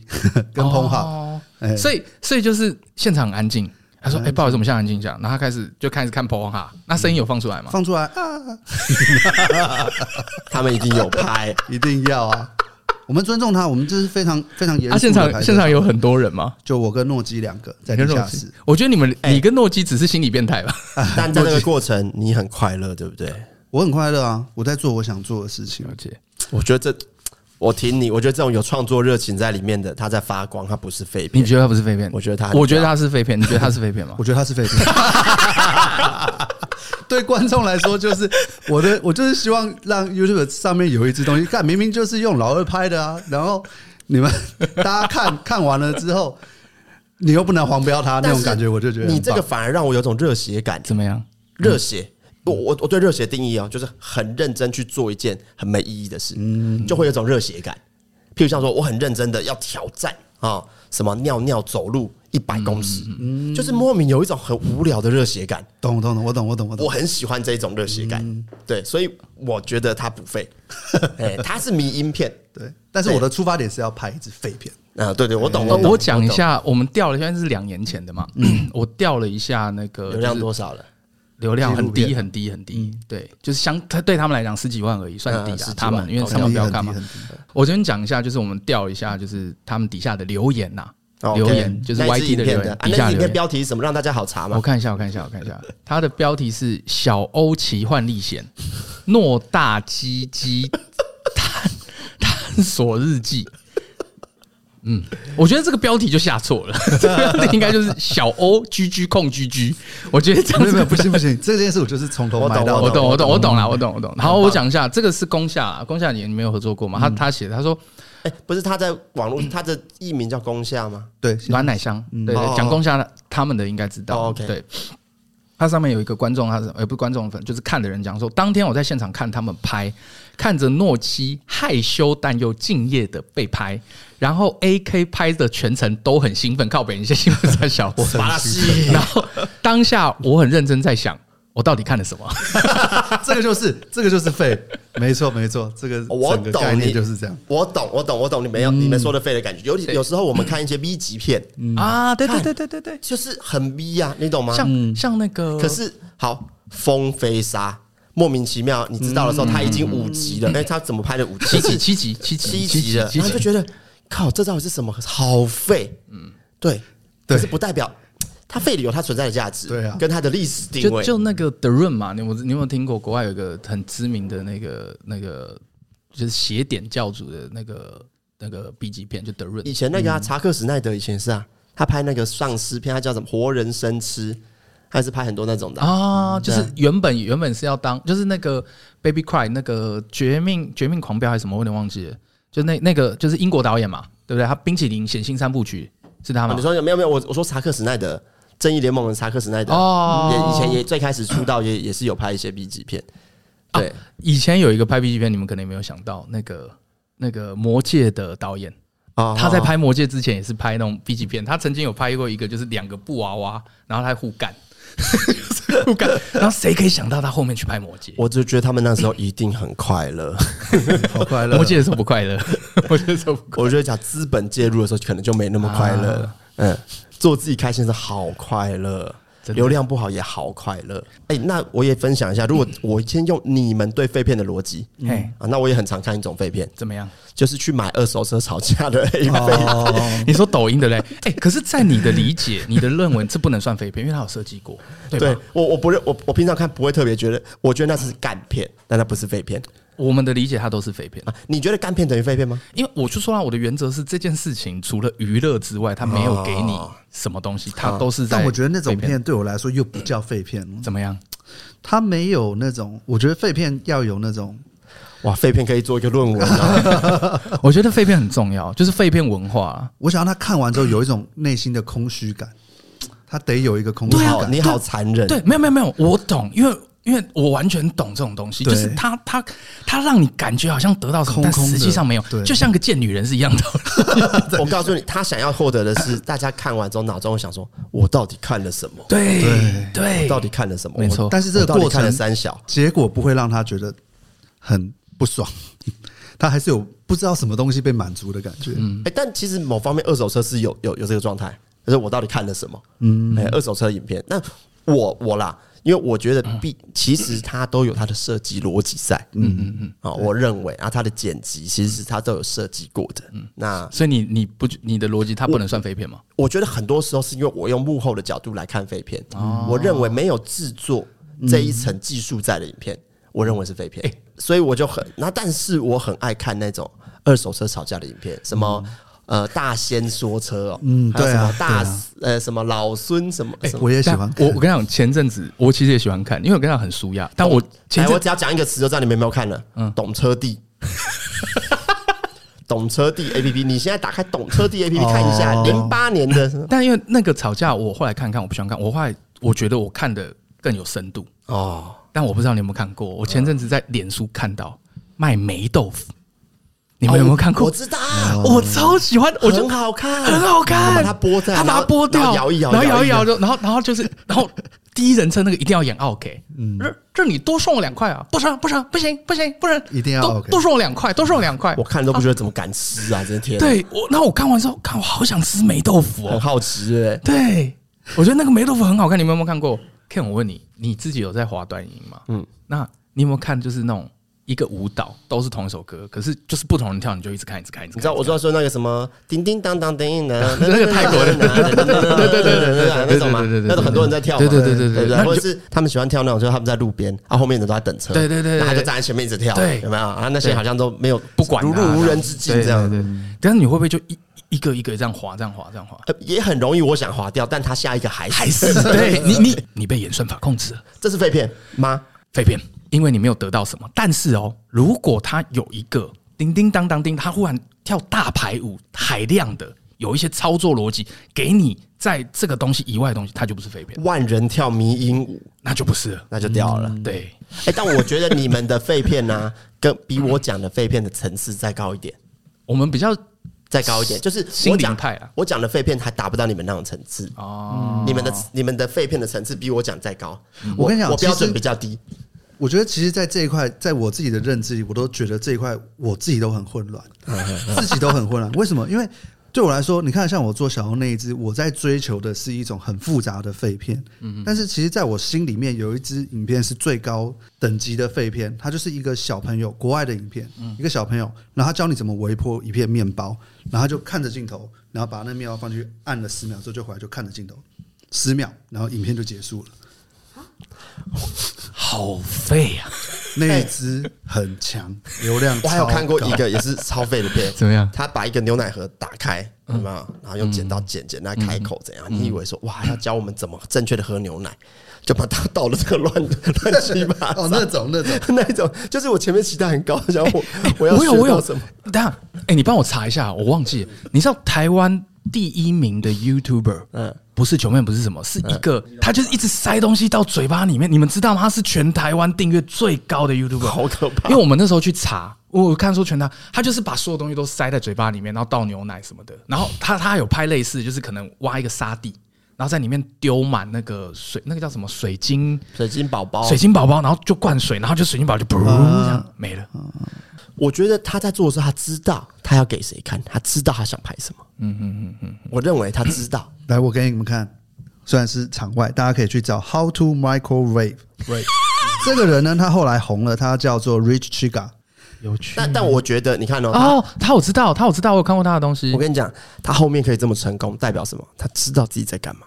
[SPEAKER 3] 跟 p o n
[SPEAKER 2] 哦
[SPEAKER 3] 哎
[SPEAKER 2] 所以所以就是现场很安静。他说：“哎、不好意思，我们现在安静一下。”然后他开始就开始看 p o 哈，那声音有放出来吗？
[SPEAKER 3] 放出来啊，
[SPEAKER 1] 他们已经有拍，
[SPEAKER 3] (laughs) 一定要啊！我们尊重他，我们这是非常非常严
[SPEAKER 2] 啊，
[SPEAKER 3] 肃的
[SPEAKER 2] 现
[SPEAKER 3] 拍
[SPEAKER 2] 场
[SPEAKER 3] 摄
[SPEAKER 2] 现场有很多人吗？
[SPEAKER 3] 就我跟诺基两个在
[SPEAKER 2] 你
[SPEAKER 3] 地
[SPEAKER 2] 跟诺
[SPEAKER 3] 下
[SPEAKER 2] 基
[SPEAKER 3] 室，，
[SPEAKER 2] 我觉得你们你跟诺基只是心理变态吧？
[SPEAKER 1] 但在那个过程你很快乐，对不对？
[SPEAKER 3] 我很快乐啊，我在做我想做的事情
[SPEAKER 2] 了。解。
[SPEAKER 1] 我觉得这，我挺你，我觉得这种有创作热情在里面的，他在发光，他不是废
[SPEAKER 2] 你
[SPEAKER 1] 品。
[SPEAKER 2] 觉得他不是废片？
[SPEAKER 1] 我觉得他很
[SPEAKER 2] 我觉得他是废片。你觉得他是废片吗
[SPEAKER 3] 我？觉得他是
[SPEAKER 2] (laughs)
[SPEAKER 3] 废品。对观众来说，就是我的，我就是希望让 YouTube 上面有一支东西，看明明就是用老二拍的啊，然后你们大家看看完了之后，你又不能黄标他那种感觉，我就觉得
[SPEAKER 1] 你这个
[SPEAKER 3] 很棒
[SPEAKER 1] 反而让我有种热血感，
[SPEAKER 2] 怎么样？
[SPEAKER 1] 热血。我我我对热血定义哦，就是很认真去做一件很没意义的事，
[SPEAKER 3] 嗯
[SPEAKER 1] 就会有一种热血感。譬如像说，我很认真的要挑战啊、什么尿尿走路一百公尺，
[SPEAKER 3] 嗯
[SPEAKER 1] 就是莫名有一种很无聊的热血感。
[SPEAKER 3] 懂懂懂，我懂我懂我
[SPEAKER 1] 我
[SPEAKER 3] 懂。
[SPEAKER 1] 很喜欢这种热血感，
[SPEAKER 2] 嗯
[SPEAKER 1] 对，所以我觉得它不
[SPEAKER 2] (laughs)
[SPEAKER 1] 废，哎、它是迷音片
[SPEAKER 3] 对，但是我的出发点是要拍一支废片，
[SPEAKER 1] 啊，对对，我懂，
[SPEAKER 2] 呃
[SPEAKER 1] 懂
[SPEAKER 2] 我讲一
[SPEAKER 1] 懂
[SPEAKER 2] 下，我们调了一下，这是两年前的嘛。我调了一下那个
[SPEAKER 1] 流量
[SPEAKER 2] 就是
[SPEAKER 1] 多少了？
[SPEAKER 2] 流量很
[SPEAKER 3] 纪录
[SPEAKER 2] 低
[SPEAKER 3] 片
[SPEAKER 2] 很低很低，对，就是相他对他们来讲十几万而已，算低
[SPEAKER 1] 嗯嗯十几
[SPEAKER 2] 啊。
[SPEAKER 1] 万
[SPEAKER 2] 他们因为他
[SPEAKER 3] 很
[SPEAKER 2] 们
[SPEAKER 3] 低
[SPEAKER 2] 不要
[SPEAKER 3] 很
[SPEAKER 2] 看
[SPEAKER 3] 低
[SPEAKER 2] 嘛
[SPEAKER 3] 很。低。
[SPEAKER 2] 我先讲一下，就是我们调一下，就是他们底下的留言呐，
[SPEAKER 1] 哦
[SPEAKER 2] 留
[SPEAKER 1] OK，
[SPEAKER 2] 言就是
[SPEAKER 1] 那一支
[SPEAKER 2] YT 的
[SPEAKER 1] 影片
[SPEAKER 2] 留
[SPEAKER 1] 的
[SPEAKER 2] 言，
[SPEAKER 1] 啊
[SPEAKER 2] 底
[SPEAKER 1] 那
[SPEAKER 2] 下
[SPEAKER 1] 支影
[SPEAKER 2] 留
[SPEAKER 1] 片
[SPEAKER 2] 言。
[SPEAKER 1] 标题是什么？让大家好查
[SPEAKER 2] 我
[SPEAKER 1] 嘛。
[SPEAKER 2] 看一下，我看一下，我看一下，它的标题是“小欧奇幻历险：诺大基基探探索日记”。嗯，我觉得这个标题就下错了， (laughs) 这个标题应该就是“小欧居居控居居”。我觉得这样
[SPEAKER 3] 没有
[SPEAKER 2] 子
[SPEAKER 3] 没有，不行
[SPEAKER 1] (laughs)
[SPEAKER 3] 不行，这件事我就是从头
[SPEAKER 1] 哦我懂
[SPEAKER 3] 买到
[SPEAKER 1] 我
[SPEAKER 2] 我
[SPEAKER 3] 尾
[SPEAKER 2] 懂，我懂，我懂了，我懂，我懂。嗯好，我讲一下，这个是宫下，宫下你你没有合作
[SPEAKER 1] 嗯
[SPEAKER 2] 过吗？他他写的，他说
[SPEAKER 1] 哎、不是他在网
[SPEAKER 2] (coughs)
[SPEAKER 1] 络，他的艺名叫宫下吗？ (laughs)
[SPEAKER 3] 对，
[SPEAKER 2] 暖奶香，对
[SPEAKER 1] 哦
[SPEAKER 2] 对，讲宫下的他们的应该知
[SPEAKER 1] 哦
[SPEAKER 2] 道。
[SPEAKER 1] ，OK
[SPEAKER 2] 对，他上面有一个观众，他是呃也不是观众粉，就是看的人讲说，当天我在现场看他们拍，看着诺基害羞但又敬业的被拍，然后 AK 拍的全程都很兴奋，靠北一些兴奋在小
[SPEAKER 1] (laughs)
[SPEAKER 2] 伙
[SPEAKER 1] 巴拉西，
[SPEAKER 2] 然后当下我很认真在想，我到底看了什么？
[SPEAKER 3] 这个就是这个就是废，没错没错，这个
[SPEAKER 1] 我
[SPEAKER 3] 整个概
[SPEAKER 1] 懂
[SPEAKER 3] 念
[SPEAKER 1] 你
[SPEAKER 3] 就是这样。。
[SPEAKER 1] 我懂，我懂，我懂，你没有、
[SPEAKER 2] 嗯
[SPEAKER 1] 你们说的废的感觉。有有时候我们看一些 B 级片，
[SPEAKER 2] 啊，对对对对对对。
[SPEAKER 1] 就是很 B 啊，你懂吗？
[SPEAKER 2] 像像那个，
[SPEAKER 1] 可是好，风飞沙莫名其妙，你知道的
[SPEAKER 2] 嗯
[SPEAKER 1] 时候他已经五级了，哎、他怎么拍的五级？(laughs)
[SPEAKER 2] 七级七级七
[SPEAKER 1] 七
[SPEAKER 2] 级
[SPEAKER 1] 级了，
[SPEAKER 2] 七
[SPEAKER 1] 然后就
[SPEAKER 2] 级，
[SPEAKER 1] 觉得靠，这到底是什么？好废，嗯，对，
[SPEAKER 3] 对
[SPEAKER 1] 可是不代表它废里有它存在的价值，
[SPEAKER 3] 对啊
[SPEAKER 1] 跟它的历史定
[SPEAKER 2] 就
[SPEAKER 1] 位，
[SPEAKER 2] 就那个 The Room 嘛，你有你有没有听过？国外有一个很知名的那个那个就是邪典教主的那个那个 B 级片，就 The
[SPEAKER 1] 以
[SPEAKER 2] Room。
[SPEAKER 1] 前那个啊，查克·史奈德以前是啊，他拍那个丧尸片，他叫什么《活人生吃》，他是拍很多那种的啊。
[SPEAKER 2] 啊，就
[SPEAKER 1] 对
[SPEAKER 2] 是原本原本是要当，就是那个 Baby Cry 那个绝命绝命狂飙还是什么，我有点忘记了。就那那个就是英国导演嘛，对不对？他冰淇淋显性三部曲是他
[SPEAKER 1] 啊
[SPEAKER 2] 吗
[SPEAKER 1] 你？说没有没有，我我说查克·史奈德，《正义联盟》的查克·史奈德，嗯
[SPEAKER 2] 哦
[SPEAKER 1] 也以前也最开始出道也也是有拍一些 B 级片，
[SPEAKER 2] 啊
[SPEAKER 1] 对，
[SPEAKER 2] 以前有一个拍 B 级片，你们可能也没有想到，那个那个魔界的导演，
[SPEAKER 1] 啊
[SPEAKER 3] 哦
[SPEAKER 2] 他在拍《魔戒》之前也是拍那种 B 级片，他曾经有拍过一个，就是两个布娃娃，然后他互干， (laughs) 就是互干，然后谁可以想到他后面去拍《魔戒》？
[SPEAKER 1] 啊我就觉得他们那时候一定很快乐。 (laughs)
[SPEAKER 3] 好快乐。
[SPEAKER 2] 魔戒的时候不快乐，魔戒的时候不快
[SPEAKER 1] 我觉得讲资本介入的时候，可能就没那么快乐
[SPEAKER 2] 啊
[SPEAKER 1] 了。嗯，做自己开心的时候好快乐，
[SPEAKER 2] 真的
[SPEAKER 1] 流量不好也好快乐。哎、那我也分享一下，如
[SPEAKER 2] 嗯
[SPEAKER 1] 果我先用你们对废片的逻辑，
[SPEAKER 2] 乐。哎，
[SPEAKER 1] 啊，那我也很常看一种废片，
[SPEAKER 2] 怎么样？
[SPEAKER 1] 就是去买二手车吵架的 A 片。
[SPEAKER 3] 哦，
[SPEAKER 2] 你说抖音的嘞？哎，可是，在你的理解、 (laughs) 你的认为，这不能算废片，因为他有设计过，
[SPEAKER 1] (laughs)
[SPEAKER 2] 对
[SPEAKER 1] 对
[SPEAKER 2] 吧？
[SPEAKER 1] 我，我不认我，我平常看不会特别觉得，我觉得那是干片，但那不是废片
[SPEAKER 2] 我们的理解，它都是废片。
[SPEAKER 1] 啊。你觉得干片等于废片吗？
[SPEAKER 2] 因为我就说了，我的原则是这件事情除了娱乐之外，它没有给你什么东西，它都是在。
[SPEAKER 3] 哦但我觉得那种片对我来说又不叫废片，
[SPEAKER 2] 怎么样？
[SPEAKER 3] 它没有那种，我觉得废片要有那种，
[SPEAKER 1] 哇，废片可以做一个论文
[SPEAKER 2] (laughs)
[SPEAKER 1] 啊！
[SPEAKER 2] 我觉得废片很重要，就是废片文化啊。
[SPEAKER 3] 我想让他看完之后有一种内心的空虚感，他得有一个空虚
[SPEAKER 1] 你好，
[SPEAKER 3] 感。
[SPEAKER 1] 你好残忍。
[SPEAKER 2] 啊对，没有没有没有，我懂，因为因为我完全懂这种东西，
[SPEAKER 3] 对
[SPEAKER 2] 就是它它它让你感觉好像得到什么，
[SPEAKER 3] 空空
[SPEAKER 2] 但
[SPEAKER 3] 的
[SPEAKER 2] 实际上没有
[SPEAKER 3] 对，
[SPEAKER 2] 就像个贱女人是一样
[SPEAKER 3] (laughs)
[SPEAKER 1] (laughs)
[SPEAKER 2] 的。
[SPEAKER 1] 我告诉你，他想要获得的是，大家看完之后脑中会想说，我到底看了什么？
[SPEAKER 2] 对
[SPEAKER 3] 对
[SPEAKER 2] 对，
[SPEAKER 1] 到底看了什么？
[SPEAKER 2] 没错
[SPEAKER 1] 我
[SPEAKER 3] 但是这
[SPEAKER 1] 我
[SPEAKER 3] 个
[SPEAKER 1] 到底
[SPEAKER 3] 过
[SPEAKER 1] 看了
[SPEAKER 3] 程
[SPEAKER 1] 三小，
[SPEAKER 3] (laughs) 结果不会让他觉得很不爽，他还是有不知道什么东西被满足的感觉。
[SPEAKER 1] 哎、但其实某方面二手车是有有有这个状态，就是我到底看了什么？嗯，哎、二手车影片，那我我啦，因为我觉得必其实它都有它的设计逻辑在，嗯嗯嗯，啊，我认为啊，它的剪辑其实它都有设计过的，嗯，那
[SPEAKER 2] 所以你你不你的逻辑它不能算废片吗？
[SPEAKER 1] 我觉得很多时候是因为我用幕后的角度来看废片，我认为没有制作这一层技术在的影片，我认为是废片，所以我就很那，但是我很爱看那种二手车吵架的影片，什么。呃，大仙说车哦，
[SPEAKER 3] 嗯
[SPEAKER 1] 还有什
[SPEAKER 3] 对啊
[SPEAKER 1] 么大
[SPEAKER 3] 对啊哎
[SPEAKER 1] 呃什么老孙什么什么，
[SPEAKER 3] 我也喜欢
[SPEAKER 2] 但
[SPEAKER 3] 看
[SPEAKER 2] 我我跟你讲，前阵子我其实也喜欢看，因为我跟他很舒压。但我前
[SPEAKER 1] 哎，我
[SPEAKER 2] 阵
[SPEAKER 1] 只要讲一个词，就知道你们有没有看了。懂车帝，懂车帝 A P P，你现在打开懂车帝 A P P 看一下，
[SPEAKER 3] 哦
[SPEAKER 1] 零八年的
[SPEAKER 2] 但因为那个吵架，我后来看看，我不喜欢看，我后来我觉得我看的更有深度。
[SPEAKER 1] 哦，
[SPEAKER 2] 但我不知道你有没有看过，我前阵子在脸书看到卖霉豆腐，你们有没有看过？
[SPEAKER 1] 哦我知道，啊
[SPEAKER 2] 我超喜欢，我就
[SPEAKER 1] 很好看，
[SPEAKER 2] 很好看，
[SPEAKER 1] 我把它剥掉，
[SPEAKER 2] 他把它剥
[SPEAKER 1] 然
[SPEAKER 2] 掉，
[SPEAKER 1] 后摇一摇，
[SPEAKER 2] 然后摇
[SPEAKER 1] 一
[SPEAKER 2] 一摇，就然后然后就是然后第一人称那个一定要演 OK，嗯，这这你多送我两块啊，不成不成不行不行不能，
[SPEAKER 3] 一定要
[SPEAKER 2] 多
[SPEAKER 3] OK
[SPEAKER 2] 多送我两块，多送我两块
[SPEAKER 1] 我，看了都不觉得怎么敢吃啊，真的天，，
[SPEAKER 2] 对我，那我看完之后，看我好想吃霉豆腐
[SPEAKER 1] 很
[SPEAKER 2] 哦，
[SPEAKER 1] 好奇，哎，
[SPEAKER 2] 对，我觉得那个霉豆腐很好看，你们有没有看过？Ken，我问你，你自己有在滑短影吗？嗯，那你有没有看就是那种一个舞蹈都是同一首歌，可是就是不同人跳，你就一直看一直看一直看，
[SPEAKER 1] 你知道我
[SPEAKER 2] 一直看
[SPEAKER 1] 说说那个什么叮叮当当叮的，
[SPEAKER 2] 那个泰国的
[SPEAKER 1] 对对对那种嘛，那种很多人在跳，对，或者是他们喜欢跳那种，就是他们在路边，啊，后面人都在等车，他就站在前面一直跳，有没有？啊，那些好像都没有
[SPEAKER 2] 不管
[SPEAKER 1] 如
[SPEAKER 2] 它
[SPEAKER 1] 入无人之境这样
[SPEAKER 2] 对，对对但是你会不会就一一个一个这样滑，这样滑，这样滑？
[SPEAKER 1] 也很容易我想划掉，但他下一个还
[SPEAKER 2] 还是对你你你被演算法控制了，
[SPEAKER 1] 这是废片吗？
[SPEAKER 2] 废片，因为你没有得到什么。但是哦，如果他有一个叮叮当当叮，他忽然跳大排舞，海量的有一些操作逻辑，给你在这个东西以外的东西，它就不是废片，
[SPEAKER 1] 万人跳迷音舞，
[SPEAKER 2] 那就不是了。
[SPEAKER 1] 那就掉了。
[SPEAKER 2] 对，
[SPEAKER 1] 哎，但我觉得你们的废片呢，跟比我讲的废片的层次再高一点。
[SPEAKER 2] 我们比较
[SPEAKER 1] 再高一点，就是我
[SPEAKER 2] 心灵
[SPEAKER 1] 讲
[SPEAKER 2] 派啊
[SPEAKER 1] 我讲的废片还达不到你们那种层次
[SPEAKER 2] 哦
[SPEAKER 1] 你们的你们的废片的层次比我讲再高，
[SPEAKER 3] 我跟你讲
[SPEAKER 1] 我
[SPEAKER 3] 其实
[SPEAKER 1] 标准比较低。
[SPEAKER 3] 我觉得其实，在这一块，在我自己的认知里，我都觉得这一块我自己都很混乱，自己都很混乱。为什么？因为对我来说，你看，像我做小红那一支，我在追求的是一种很复杂的废片，但是其实在我心里面有一支影片是最高等级的废片，它就是一个小朋友国外的影片，一个小朋友，然后他教你怎么微波一片面包，然后他就看着镜头，然后把那面包放进去，按了十秒之后就回来就看着镜头，十秒，然后影片就结束了。
[SPEAKER 2] 好废啊！
[SPEAKER 3] 那一支很强，流量
[SPEAKER 1] 我还有
[SPEAKER 3] 超
[SPEAKER 1] 看过一
[SPEAKER 3] 高
[SPEAKER 1] 个也是超废的片，
[SPEAKER 2] 怎么样嗯
[SPEAKER 1] 他把一个牛奶盒打开，有没有？然后用剪刀剪剪那开口怎样？你以为说哇，要教我们怎么正确的喝牛奶，就把它倒了这个乱乱七八
[SPEAKER 2] (laughs)
[SPEAKER 1] 糟
[SPEAKER 3] 哦，那种那种，
[SPEAKER 1] (laughs) 那一种，就是我前面期待很高，然后我我要
[SPEAKER 2] 哎我有
[SPEAKER 1] 学
[SPEAKER 2] 我有
[SPEAKER 1] 到什么？？
[SPEAKER 2] 等一下，哎、你帮我查一下，我忘记了。你知道台湾第一名的 YouTuber，嗯，不是九妹，不是什么，是一个、
[SPEAKER 1] 嗯
[SPEAKER 2] 他就是一直塞东西到嘴巴里面。你们知道吗？他是全台湾订阅最高的 YouTuber，
[SPEAKER 1] 好可怕
[SPEAKER 2] 因为我们那时候去查，我看说全台，他就是把所有东西都塞在嘴巴里面，然后倒牛奶什么的。然后他他有拍类似，就是可能挖一个沙地。然后在里面丢满那个水，那个叫什么水晶
[SPEAKER 1] 水晶宝啊宝，
[SPEAKER 2] 水晶宝宝，然后就灌水，然后就水晶宝宝就噗
[SPEAKER 1] 啊
[SPEAKER 2] 这样没了。
[SPEAKER 1] 我觉得他在做的时候，他知道他要给谁看，他知道他想拍什么。嗯嗯嗯嗯，我认为他知道。
[SPEAKER 3] 来，我给你们看，虽然是场外，大家可以去找 How to Microwave。Right，这个人呢，他后来红了，他叫做 Rich Chiga。
[SPEAKER 2] 有趣
[SPEAKER 1] 但但我觉得，你看嗯哦，他
[SPEAKER 2] 哦，他我知道，他我知道，我有看过他的东西
[SPEAKER 1] 我。跟你讲，他后面可以这么成功，代表什么？他知道自己在干嘛。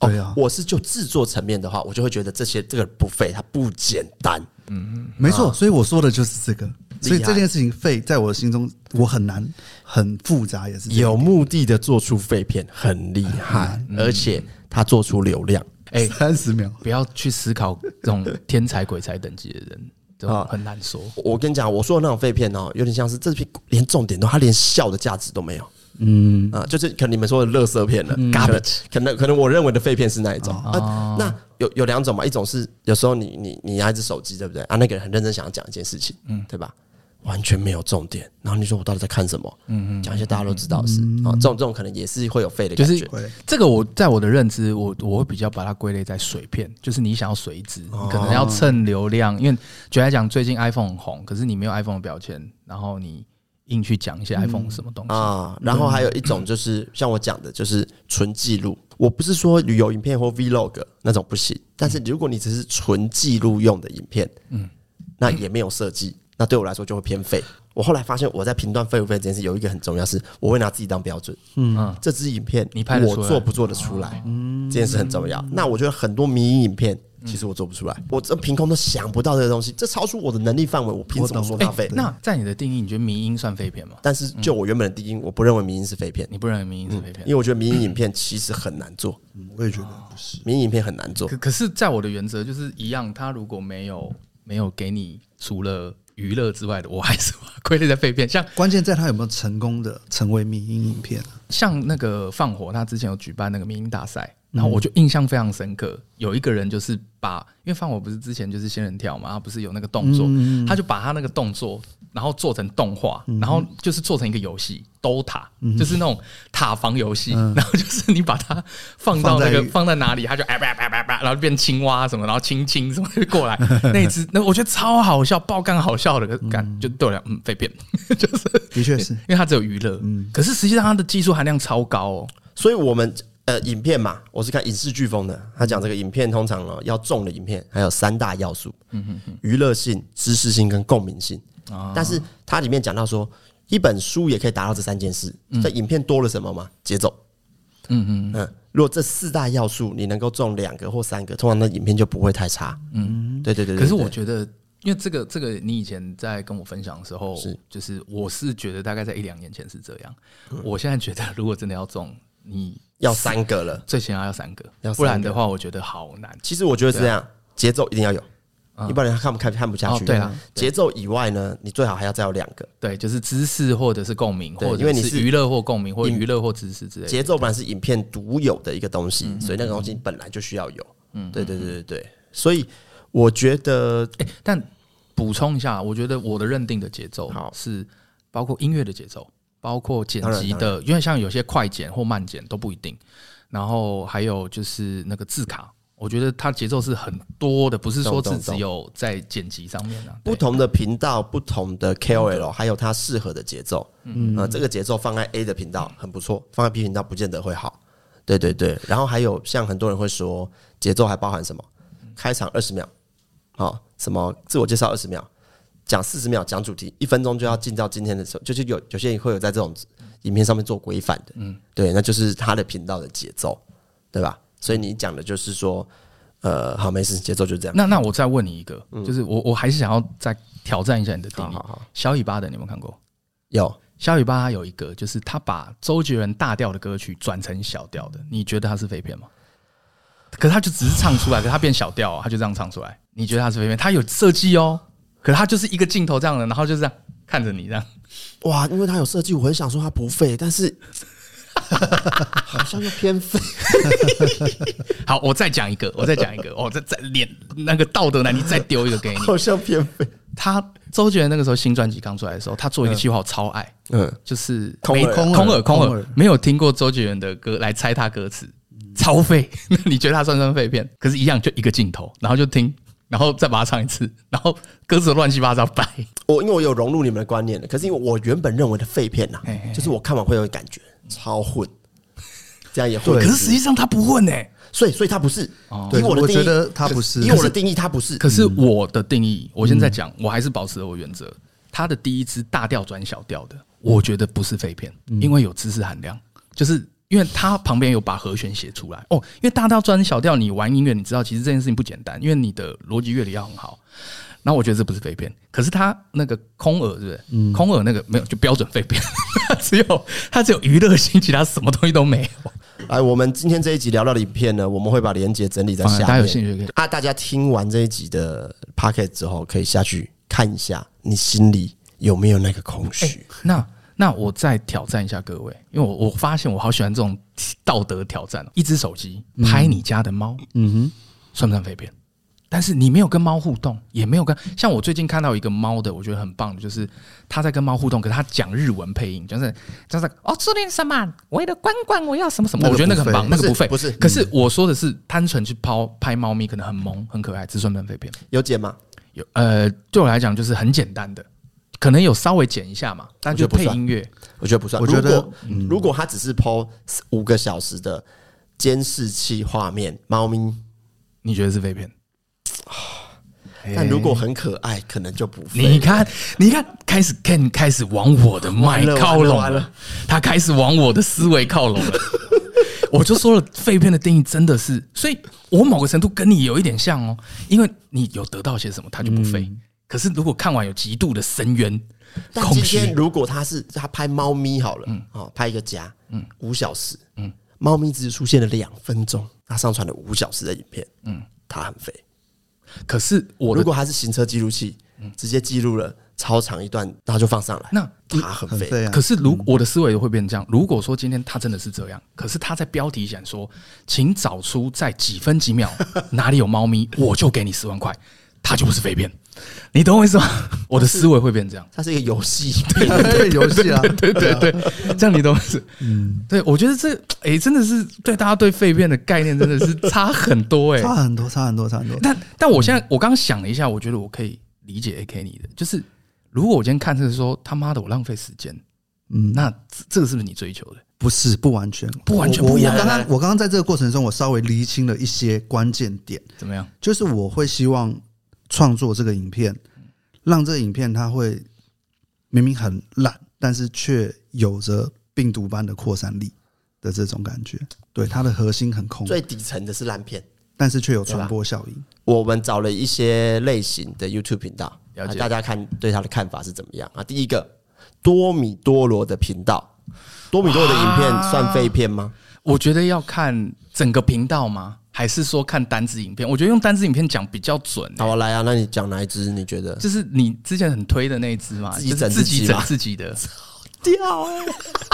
[SPEAKER 1] 哦
[SPEAKER 3] 对啊
[SPEAKER 1] 我是就制作层面的话，我就会觉得这些这个不费，它不简单。
[SPEAKER 3] 嗯没错，所以我说的就是这个。啊所以这件事情费在我心中，我很难，很复杂，也是这样 (laughs)
[SPEAKER 1] 有目的的做出废片很厉害，
[SPEAKER 3] 嗯
[SPEAKER 1] 而且他做出流量。
[SPEAKER 2] 哎，
[SPEAKER 3] 三十秒。
[SPEAKER 2] 不要去思考这种天才鬼才等级的人，这
[SPEAKER 1] 哦
[SPEAKER 2] 种很难说。
[SPEAKER 1] 我我跟你讲，我说的那种废片哦，有点像是这片连重点都，他连笑的价值都没有。嗯啊，就是可能你们说的乐色片了，可能可能可能我认为的废片是那一种啊。那有有两种嘛，一种是有时候你你你拿一只手机，对不对啊？那个人很认真想要讲一件事情，嗯，对吧？完全没有重点，然后你说我到底在看什么？嗯嗯，讲一些大家都知道的事啊，这种这种可能也是会有废的
[SPEAKER 2] 就
[SPEAKER 1] 感
[SPEAKER 2] 是
[SPEAKER 1] 觉。
[SPEAKER 2] 这个，我在我的认知，我我会比较把它归类在水片，就是你想要水质，
[SPEAKER 1] 哦
[SPEAKER 2] 你可能要蹭流量，因为举例来讲，最近 iPhone 很红，可是你没有 iPhone 的标签，然后你硬去讲一些 iPhone 什么东西。
[SPEAKER 1] 啊，然后还有一种就是像我讲的，就是纯记录。我不是说旅游影片或 Vlog 那种不行，但是如果你只是纯记录用的影片，嗯，那也没有设计，那对我来说就会偏废。我后来发现我在评断废不废这件事有一个很重要是，我会拿自己当标准。嗯，这支影片
[SPEAKER 2] 你拍得
[SPEAKER 1] 我
[SPEAKER 2] 出来嗯
[SPEAKER 1] 做不做得出来，这件事很重要。那我觉得很多迷影片。其实我做不出来，我这凭空都想不到这个东西，这超出我的能力范围，我凭什么说
[SPEAKER 2] 哎、
[SPEAKER 1] 它废？
[SPEAKER 2] 那在你的定义，你觉得迷音算废片吗？
[SPEAKER 1] 但是就我原本的定义，我不认为迷因是废片。
[SPEAKER 2] 你不认为迷音是废片？
[SPEAKER 1] 因为我觉得迷你影片其实很难做，
[SPEAKER 3] 嗯我也觉得不是。
[SPEAKER 1] 迷你影片很难做
[SPEAKER 2] 可。可是，在我的原则就是一样，他如果没有没有给你除了娱乐之外的，我还是把它归类在废片。像
[SPEAKER 3] 关键在它有没有成功的成为迷因影片啊、
[SPEAKER 2] 像那个放火，他之前有举办那个民音大赛，然后我就印象非常深刻。有一个人就是把，因为放火不是之前就是仙人跳嘛，他不是有那个动
[SPEAKER 3] 嗯
[SPEAKER 2] 作，他就把他那个动作，然后做成动画，
[SPEAKER 3] 嗯
[SPEAKER 2] 然后就是做成一个游戏，都塔，就是那种塔防游戏。然后就是你把它放到那个
[SPEAKER 3] 嗯放在
[SPEAKER 2] 放在哪里，他就哎叭叭叭叭，然后变青蛙什么，然后青青什么就
[SPEAKER 1] (laughs)
[SPEAKER 2] 过来，那一只那我觉得超好笑，爆干好笑的，可是干就对我来讲，嗯，废片， (laughs) 就是
[SPEAKER 3] 的确是
[SPEAKER 2] 因为 (laughs) 它只有娱乐，
[SPEAKER 1] 嗯
[SPEAKER 2] 可是实际上它的技术含量超高哦。
[SPEAKER 1] 所以我们呃，影片嘛，我是看影视剧风的。他讲这个影片通常呢要重的影片，还有三大要素：
[SPEAKER 2] 嗯
[SPEAKER 1] 娱乐性、知识性跟共鸣性。
[SPEAKER 2] 啊
[SPEAKER 1] 但是它里面讲到说，一本书也可以达到这三件事。
[SPEAKER 2] 嗯
[SPEAKER 1] 在影片多了什么嘛？节奏。嗯嗯嗯。如果这四大要素你能够中两个或三个，通常那影片就不会太差。嗯，对对对对
[SPEAKER 2] 可是我
[SPEAKER 1] 对
[SPEAKER 2] 觉得，因为这个这个，你以前在跟我分享的时候，就是我是觉得大概在一两年前是这样，
[SPEAKER 1] 嗯
[SPEAKER 2] 我现在觉得如果真的要中，你
[SPEAKER 1] 要三个了。
[SPEAKER 2] 最起码要三个，
[SPEAKER 1] 要三个
[SPEAKER 2] 不然的话，我觉得好难。
[SPEAKER 1] 其实我觉得是这样，节奏一定要有，一般人他看不看看不下去。
[SPEAKER 2] 啊哦对啊，
[SPEAKER 1] 节奏以外呢，你最好还要再有两个。
[SPEAKER 2] 对，就是知识或者是共鸣，
[SPEAKER 1] 对
[SPEAKER 2] 或
[SPEAKER 1] 因为
[SPEAKER 2] 者
[SPEAKER 1] 你
[SPEAKER 2] 是
[SPEAKER 1] 是
[SPEAKER 2] 娱乐或共鸣，或者娱乐或知识之类的。
[SPEAKER 1] 节奏本来是影片独有的一个东
[SPEAKER 2] 嗯
[SPEAKER 1] 西，所以那个东西本来就需要有。嗯，对对对对对，所以我觉得
[SPEAKER 2] 哎、但补充一下，我觉得我的认定的节奏
[SPEAKER 1] 好
[SPEAKER 2] 是包括音乐的节奏，包括剪
[SPEAKER 1] 当然
[SPEAKER 2] 辑的，因为像有些快剪或慢剪都不一定。然后还有就是那个字卡，我觉得它节奏是很多的，不是说
[SPEAKER 1] 懂
[SPEAKER 2] 是
[SPEAKER 1] 懂
[SPEAKER 2] 只有在剪辑上面啊。
[SPEAKER 1] 不
[SPEAKER 2] 对
[SPEAKER 1] 同的频道、不同的 KOL，还有它适合的节奏。嗯，呃，这个节奏放在 A 的频道很不错，放在 B 频道不见得会好。对对对，然后还有像很多人会说，节奏还包含什么？开场二十秒，好、什么自我介绍二十秒，讲四十秒，讲主题，一分钟就要进到今天的时候，就是有有些人会有在这种影片上面做规范的，嗯，对，那就是他的频道的节奏，对吧？所以你讲的就是说，呃，好，没事，节奏就这样。
[SPEAKER 2] 那那我再问你一个，就是我我还是想要再挑战一下你的定义。
[SPEAKER 1] 嗯好好好
[SPEAKER 2] 小尾巴的你有没有看过？
[SPEAKER 1] 有
[SPEAKER 2] 小尾巴它有一个，就是他把周杰伦大调的歌曲转成小调的，你觉得他是废片吗？可是他就只是唱出来，可是他变小调、啊，他就这样唱出来，你觉得他是废片？他有设计哦，可是他就是一个镜头这样的，然后就这样看着你这样，
[SPEAKER 1] 哇，因为他有设计，我很想说他不废，但是好像又偏废。
[SPEAKER 2] 好，我再讲一个，我再讲一个，我再再脸那个道德难题再丢一个给你。
[SPEAKER 1] 好像偏废。
[SPEAKER 2] 他周杰伦那个时候新专辑刚出来的时候，他做一个计划，我超爱，
[SPEAKER 1] 嗯，
[SPEAKER 2] 就是
[SPEAKER 1] 空
[SPEAKER 2] 没
[SPEAKER 1] 耳
[SPEAKER 2] 空
[SPEAKER 3] 空
[SPEAKER 2] 耳
[SPEAKER 3] 耳
[SPEAKER 2] 空
[SPEAKER 3] 空
[SPEAKER 2] 耳
[SPEAKER 3] 耳，
[SPEAKER 2] 没有听过周杰伦的歌来猜他歌词，超废。 (laughs) 那你觉得他算不算废片？可是，一样就一个镜头，然后就听，然后再把它唱一次，然后歌词乱七八糟掰。
[SPEAKER 1] 我因为我有融入你们的观念了，可是因为我原本认为的废片呐、啊
[SPEAKER 2] 嘿嘿嘿
[SPEAKER 1] 就是我看完会有感觉超混，这样也混
[SPEAKER 3] 对
[SPEAKER 2] 可。是实际上他不欸混呢、
[SPEAKER 1] 所以所以他不是，以
[SPEAKER 3] 对
[SPEAKER 1] 我的
[SPEAKER 3] 我
[SPEAKER 1] 定义，
[SPEAKER 3] 觉得他不是
[SPEAKER 1] 以我的定义他不是。
[SPEAKER 2] 可是我的定义，我现在讲，我还是保持我原则。他的第一支大调转小调的，我觉得不是废片，因为有知识含量，就是。因为他旁边有把和弦写出来哦，因为大调转小调，你玩音乐，你知道其实这件事情不简单，因为你的逻辑乐理要很好。那我觉得这不是废片，可是他那个空耳，对不对？空耳那个没有，就标准废片， (laughs) 它只有它只有娱乐性，其他什么东西都没有。
[SPEAKER 1] 哎，我们今天这一集聊到的影片呢，我们会把连接整理在
[SPEAKER 2] 反而
[SPEAKER 1] 下面。
[SPEAKER 2] 大家有兴趣可以
[SPEAKER 1] 啊，大家听完这一集的 p o c k e t 之后，可以下去看一下，你心里有没有那个空虚？
[SPEAKER 2] 那那我再挑战一下各位，因为我我发现我好喜欢这种道德挑战哦。一只手机拍你家的猫，嗯哼，算不算废片？但是你没有跟猫互动，也没有跟像我最近看到一个猫的，我觉得很棒的，就是它在跟猫互动，可是它讲日文配音，就是就是哦，这边什么，我的关关，我要什么什么，
[SPEAKER 3] 那个
[SPEAKER 2] 我觉得那个很棒，那
[SPEAKER 1] 不
[SPEAKER 2] 个
[SPEAKER 1] 是
[SPEAKER 2] 不废，
[SPEAKER 1] 不是嗯
[SPEAKER 2] 可是我说的是单纯去抛拍猫咪，可能很萌很可爱，这算不算废片？
[SPEAKER 1] 有解吗？
[SPEAKER 2] 有呃，对我来讲就是很简单的。可能有稍微剪一下嘛，但就
[SPEAKER 1] 我觉得不
[SPEAKER 2] 配
[SPEAKER 1] 算
[SPEAKER 2] 音乐，
[SPEAKER 1] 我觉得不算。
[SPEAKER 3] 我觉得
[SPEAKER 1] 如果,、如果他只是剖五个小时的监视器画面，猫咪，
[SPEAKER 2] 你觉得是废片？
[SPEAKER 1] 但如果很可爱，可能就不废
[SPEAKER 2] 你看，你看，开始 Ken 开始往我的麦
[SPEAKER 1] 完了
[SPEAKER 2] 靠拢
[SPEAKER 1] 完了完了
[SPEAKER 2] 他开始往我的思维靠拢了。 (laughs) 我就说了，废片的定义真的是，所以我某个程度跟你有一点像哦，因为你有得到些什么，他就不废。可是如果看完有极度的深渊、
[SPEAKER 1] 嗯但
[SPEAKER 2] 空
[SPEAKER 1] 今天
[SPEAKER 2] 虚，
[SPEAKER 1] 如果他是他拍猫咪好了，哦，拍一个家，嗯，五小时，嗯，猫咪只出现了两分钟，他上传了五小时的影片，嗯，他很肥。
[SPEAKER 2] 可是我
[SPEAKER 1] 如
[SPEAKER 2] 的
[SPEAKER 1] 果他是行车记录器，直接记录了超长一段，然后就放上来，
[SPEAKER 2] 那
[SPEAKER 1] 他很
[SPEAKER 3] 很
[SPEAKER 1] 肥。
[SPEAKER 3] 废啊
[SPEAKER 2] 可。是如我的思维会变成这样，如果说今天他真的是这样，可是他在标题想说，请找出在几分几
[SPEAKER 3] (laughs)
[SPEAKER 2] 秒哪里有猫咪，我就给你十万块，他就不是废片，你懂我意思吗？我的思维会变这样。
[SPEAKER 1] 它是一个游戏，
[SPEAKER 3] (laughs) (laughs) 对游戏啊，
[SPEAKER 2] (laughs) 对对对，这样你懂我意思？嗯，对，我觉得这哎、真的是对大家对废片的概念真的是差很多哎、
[SPEAKER 3] 差很多，差很多，差很多。
[SPEAKER 2] 但但我现在我刚想了一下，我觉得我可以理解 AK 你的，就是如果我今天看这个说他妈的我浪费时间，嗯，那这这个是不是你追求的？
[SPEAKER 3] 不是，不完全，
[SPEAKER 2] 不完全
[SPEAKER 3] 我
[SPEAKER 2] 不一样
[SPEAKER 3] 我刚刚我刚刚在这个过程中，我稍微厘清了一些关键点，
[SPEAKER 2] 怎么样？
[SPEAKER 3] 就是我会希望创作这个影片，让这个影片它会明明很烂，但是却有着病毒般的扩散力的这种感觉。对，它的核心很空，
[SPEAKER 1] 最底层的是烂片。
[SPEAKER 3] 但是却有传播效应。
[SPEAKER 1] 我们找了一些类型的 YouTube 频道，
[SPEAKER 2] 了解
[SPEAKER 1] 啊大家看对他的看法是怎么样啊？第一个，多米多罗的频道，多米多罗的影片算废片吗？
[SPEAKER 2] 我觉得要看整个频道吗？还是说看单支影片？我觉得用单支影片讲比较准、欸
[SPEAKER 1] 好啊，来啊，那你讲哪一支？你觉得
[SPEAKER 2] 就是你之前很推的那一支嘛，
[SPEAKER 1] 自己
[SPEAKER 2] 就是
[SPEAKER 1] 整
[SPEAKER 2] 自
[SPEAKER 1] 自
[SPEAKER 2] 己
[SPEAKER 1] 己
[SPEAKER 2] 整
[SPEAKER 1] 嘛
[SPEAKER 2] 自
[SPEAKER 1] (laughs)
[SPEAKER 2] 己的。
[SPEAKER 1] 掉、欸？
[SPEAKER 2] (laughs)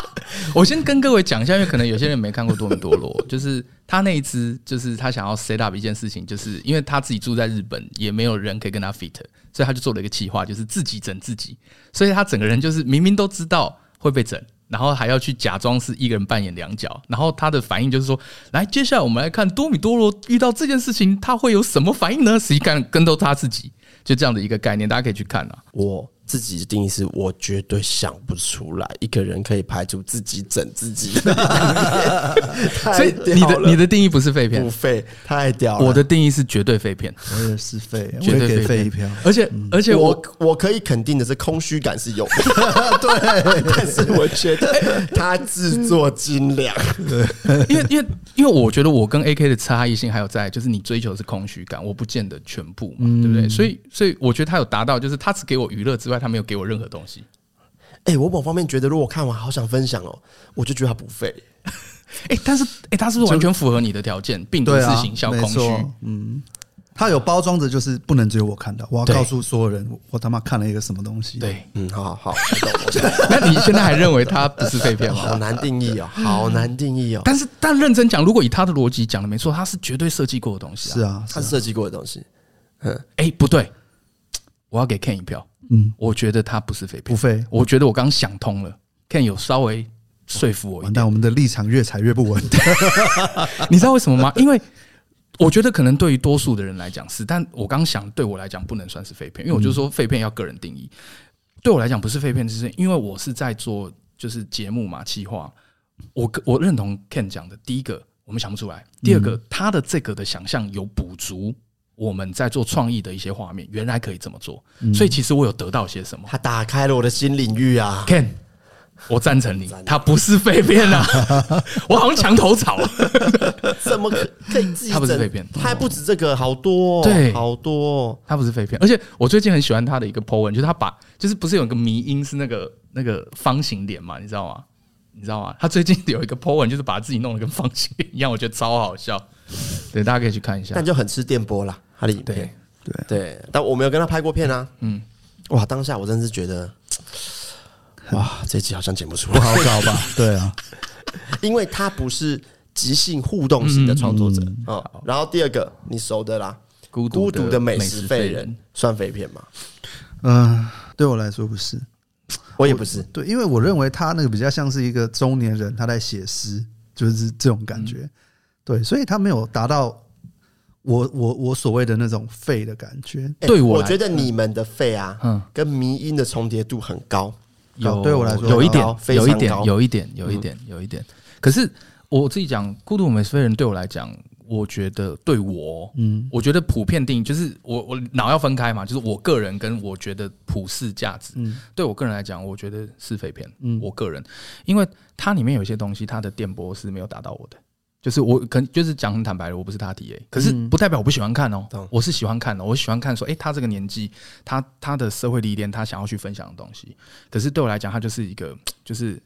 [SPEAKER 2] 我先跟各位讲一下，因为可能有些人没看过多米多罗， (laughs) 就是他那一支，就是他想要 set up 一件事情，就是因为他自己住在日本，也没有人可以跟他 fit，所以他就做了一个企划，就是自己整自己。所以他整个人就是明明都知道会被整，然后还要去假装是一个人扮演两角。然后他的反应就是说：“来，接下来我们来看多米多罗遇到这件事情，他会有什么反应呢？”实际看跟都他自己，就这样的一个概念，大家可以去看啊。
[SPEAKER 1] 我自己的定义是，我绝对想不出来一个人可以排除自己整自己，
[SPEAKER 2] (laughs) 所
[SPEAKER 1] 所
[SPEAKER 2] 以你的你的定义不是废片
[SPEAKER 1] 不，费太屌了。
[SPEAKER 2] 我的定义是绝对废片。
[SPEAKER 3] 我也是废，我
[SPEAKER 2] 绝
[SPEAKER 3] 也
[SPEAKER 2] 对
[SPEAKER 3] 给
[SPEAKER 2] 废嗯
[SPEAKER 3] 废一票。 (laughs)
[SPEAKER 2] 而且而且我
[SPEAKER 1] 我我可以肯定的是，空虚感是有的，
[SPEAKER 2] (laughs)
[SPEAKER 1] 对，但是我觉得 (laughs) 他制作精良，
[SPEAKER 2] 因为因为因为我觉得我跟 AK 的差异性还有在就是你追求的是空虚感，我不见得全部嘛，对不对？所以所以我觉得他有达到，就是他只给我娱乐之外，他没有给我任何东西。
[SPEAKER 1] 哎、我某方面觉得，如果我看完好想分享哦，我就觉得它不废。
[SPEAKER 2] 哎、但是哎、他是不是完全符合你的条件？病毒
[SPEAKER 3] 对
[SPEAKER 2] 式
[SPEAKER 3] 啊，
[SPEAKER 2] 行销
[SPEAKER 3] 没
[SPEAKER 2] 空虚，
[SPEAKER 3] 错，嗯，它有包装着，就是不能只有我看到，我要
[SPEAKER 2] 对
[SPEAKER 3] 告诉所有人，我我他妈看了一个什么东西。，
[SPEAKER 2] 对。
[SPEAKER 1] 嗯，好好好，我懂我懂
[SPEAKER 2] 那你现在还认为他不是废
[SPEAKER 1] (laughs)
[SPEAKER 2] 片
[SPEAKER 1] 好
[SPEAKER 2] 吗？
[SPEAKER 1] 难定义哦，好难定义哦，
[SPEAKER 2] 但是但认真讲，如果以他的逻辑讲的没错，他是绝对设计过的东西啊。
[SPEAKER 3] 是啊，
[SPEAKER 1] 它是设计过的东西，
[SPEAKER 2] 哎、不对，我要给 Ken 一票。
[SPEAKER 3] 嗯，
[SPEAKER 2] 我觉得他不是废
[SPEAKER 3] 不
[SPEAKER 2] 片，
[SPEAKER 3] 废。
[SPEAKER 2] 我觉得我刚想通了，Ken 有稍微说服我一
[SPEAKER 3] 完
[SPEAKER 2] 点。
[SPEAKER 3] 蛋，我们的立场越踩越不稳。
[SPEAKER 2] 你知道为什么吗？因为我觉得可能对于多数的人来讲是，但我刚想对我来讲不能算是废片，因为我就说废片要个人定义。对我来讲不是废片，就是因为我是在做就是节目嘛，企划。我个我认同 Ken 讲的，第一个我们想不出来，第二个、
[SPEAKER 3] 嗯
[SPEAKER 2] 他的这个的想象有补足我们在做创意的一些画面，原来可以这么做，
[SPEAKER 3] 嗯
[SPEAKER 2] 所以其实我有得到些什么。
[SPEAKER 1] 它打开了我的新领域啊。
[SPEAKER 2] Ken，我赞成你，他不是废
[SPEAKER 1] (laughs)
[SPEAKER 2] 片啊，我好像墙头草。啊
[SPEAKER 1] 怎么 (laughs) 可可以自己
[SPEAKER 2] 它不是
[SPEAKER 1] 整
[SPEAKER 2] 废片
[SPEAKER 1] 它还不止这个，好多、哦，
[SPEAKER 2] 对
[SPEAKER 1] 好多、哦。
[SPEAKER 2] 它不是废片，而且我最近很喜欢他的一个 po 文，就是他把就是不是有一个迷音是那个那个方形脸嘛，你知道吗？你知道吗？他最近有一个 po 文，就是把自己弄得跟方形脸一样，我觉得超好笑。对，大家可以去看一下
[SPEAKER 1] 但。就很吃电波啦，他的影片。
[SPEAKER 3] 对
[SPEAKER 1] 啊对，但我没有跟他拍过片啊。嗯，哇，当下我真是觉得，哇，这集好像剪不出来，
[SPEAKER 3] (laughs) 好搞吧？ (laughs) 对啊，
[SPEAKER 1] 因为他不是即兴互动型的创作者啊、哦然后第二个，你熟的啦，
[SPEAKER 2] 孤
[SPEAKER 1] 孤
[SPEAKER 2] 独
[SPEAKER 1] 独
[SPEAKER 2] 的
[SPEAKER 1] 的美
[SPEAKER 2] 食
[SPEAKER 1] 食废人，算废片吗？
[SPEAKER 3] 嗯、对我来说不是，
[SPEAKER 1] 我也不是，
[SPEAKER 3] 对，因为我认为他那个比较像是一个中年人，嗯他在写诗，就是这种感觉。对，所以他没有达到我我我所谓的那种废的感觉。
[SPEAKER 1] 欸
[SPEAKER 2] 对我
[SPEAKER 1] 我
[SPEAKER 2] 来
[SPEAKER 1] 觉得你们的肺啊，
[SPEAKER 2] 嗯
[SPEAKER 1] 跟迷音的重叠度很高。
[SPEAKER 2] 有
[SPEAKER 3] 对我来说
[SPEAKER 2] 有一
[SPEAKER 1] 很
[SPEAKER 2] 点
[SPEAKER 1] 高，非
[SPEAKER 2] 有一
[SPEAKER 1] 常
[SPEAKER 2] 点，
[SPEAKER 1] 高
[SPEAKER 2] 有一点，有一点，有一点。可是我自己讲，《孤独美食飞人》对我来讲，我觉得对我，嗯，我觉得普遍定义就是我我脑要分开嘛，就是我个人跟我觉得普世价值，对我个人来讲，我觉得是废片，我个人，因为它里面有一些东西，它的电波是没有达到我的。就是我可能就是讲很坦白的，我不是他 T A，可是不代表我不喜欢看哦、
[SPEAKER 1] 懂
[SPEAKER 2] 我是喜欢看的，我喜欢看说，诶，他这个年纪，他他的社会历练，他想要去分享的东西，可是对我来讲，它就是一个，就是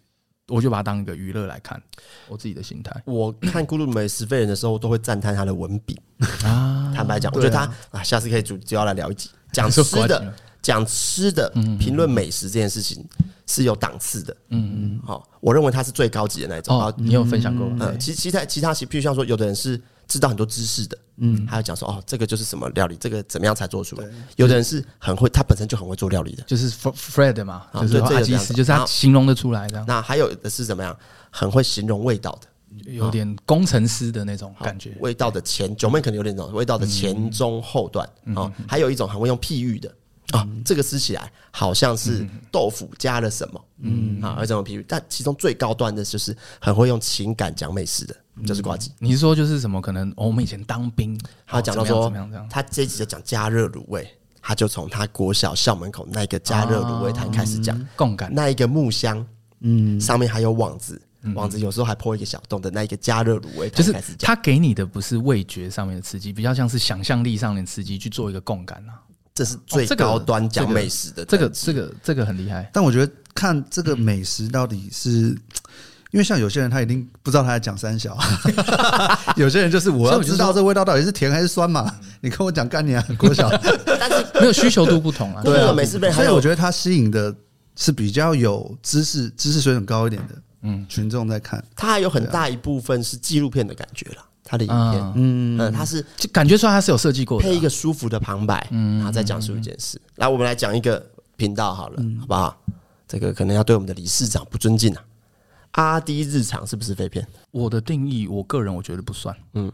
[SPEAKER 2] 我就把它当一个娱乐来看，我自己的心态
[SPEAKER 1] 我看《孤独美食废人》的时候，我都会赞叹他的文笔。
[SPEAKER 2] 啊。
[SPEAKER 1] 坦白讲，我觉得他啊，下次可以主只要来聊一集讲
[SPEAKER 2] (laughs) 说嗯
[SPEAKER 1] 吃
[SPEAKER 2] 瓜子
[SPEAKER 1] 的，讲吃的，评论美食这件事情是有档次的。嗯嗯，好，我认为他是最高级的那一种。
[SPEAKER 2] 哦
[SPEAKER 1] 啊，，
[SPEAKER 2] 你有分享过？
[SPEAKER 1] 嗯，其其他其他其，譬如像说，有的人是知道很多知识的，嗯，他会讲说哦，这个就是什么料理，这个怎么样才做出来。有的人是很会，他本身就很会做料理的。
[SPEAKER 2] 就是 Fre- Fred 嘛，
[SPEAKER 1] 啊
[SPEAKER 2] 就是
[SPEAKER 1] 对这个
[SPEAKER 2] 阿基
[SPEAKER 1] 有
[SPEAKER 2] 斯，
[SPEAKER 1] 讲
[SPEAKER 2] 就是
[SPEAKER 1] 然
[SPEAKER 2] 他
[SPEAKER 1] 后
[SPEAKER 2] 形容得出来这样，
[SPEAKER 1] 那还有的是怎么样，很会形容味道的。
[SPEAKER 2] 有点工程师的那种
[SPEAKER 1] 嗯好
[SPEAKER 2] 感觉。
[SPEAKER 1] 味道的前九妹可能有点懂，味道的前中后段哦，还有一种很会用譬喻的啊，这个吃起来好像是豆腐加了什么，嗯啊，而这种譬喻，但其中最高端的就是很会用情感讲美食的，就是瓜吉，
[SPEAKER 2] 你是说就是什么？可能哦我们以前当兵，
[SPEAKER 1] 他
[SPEAKER 2] 哦
[SPEAKER 1] 讲到
[SPEAKER 2] 怎么样
[SPEAKER 1] 说
[SPEAKER 2] 怎么样这样，
[SPEAKER 1] 他这一集就讲加热卤味，他就从他国小校门口那个加热卤味
[SPEAKER 2] 啊
[SPEAKER 1] 摊开始讲，
[SPEAKER 2] 共感
[SPEAKER 1] 那一个木箱，嗯，上面还有网子，网子有时候还破一个小洞的那一个加热卤味
[SPEAKER 2] 嗯就
[SPEAKER 1] 摊
[SPEAKER 2] 是
[SPEAKER 1] 开始讲，
[SPEAKER 2] 他给你的不是味觉上面的刺激，比较像是想象力上面的刺激去做一个共感啊。
[SPEAKER 1] 这是最
[SPEAKER 2] 这个
[SPEAKER 1] 高端
[SPEAKER 2] 这
[SPEAKER 1] 讲
[SPEAKER 2] 个
[SPEAKER 1] 美食的
[SPEAKER 2] 这个
[SPEAKER 1] 等级
[SPEAKER 2] 这个这个很厉害，
[SPEAKER 3] 但我觉得看这个美食到底是。因为像有些人他一定不知道他在讲三小，啊 (laughs) 有些人就是我
[SPEAKER 2] 所以
[SPEAKER 3] 要
[SPEAKER 2] 我就
[SPEAKER 3] 知道这味道到底是甜还是酸嘛。你跟我讲干你啊，郭晓。
[SPEAKER 2] 没有需求度不同啊。
[SPEAKER 1] 对啊，美式杯还
[SPEAKER 3] 所以
[SPEAKER 1] 有
[SPEAKER 3] 我觉得他吸引的是比较有知识、知识水准高一点的嗯群众在看。
[SPEAKER 1] 它还有很大一部分是纪录片的感觉了，它的影
[SPEAKER 2] 啊
[SPEAKER 1] 片，嗯嗯，它是
[SPEAKER 2] 就感觉出来他是有设计过的啊、嗯
[SPEAKER 1] 配一个舒服的旁白，然后再讲述一件事。来，我们来讲一个频道好了，
[SPEAKER 2] 嗯
[SPEAKER 1] 好不好？这个可能要对我们的理事长不尊敬啊。阿迪日常是不是废片？
[SPEAKER 2] 我的定义，我个人我觉得不算，嗯，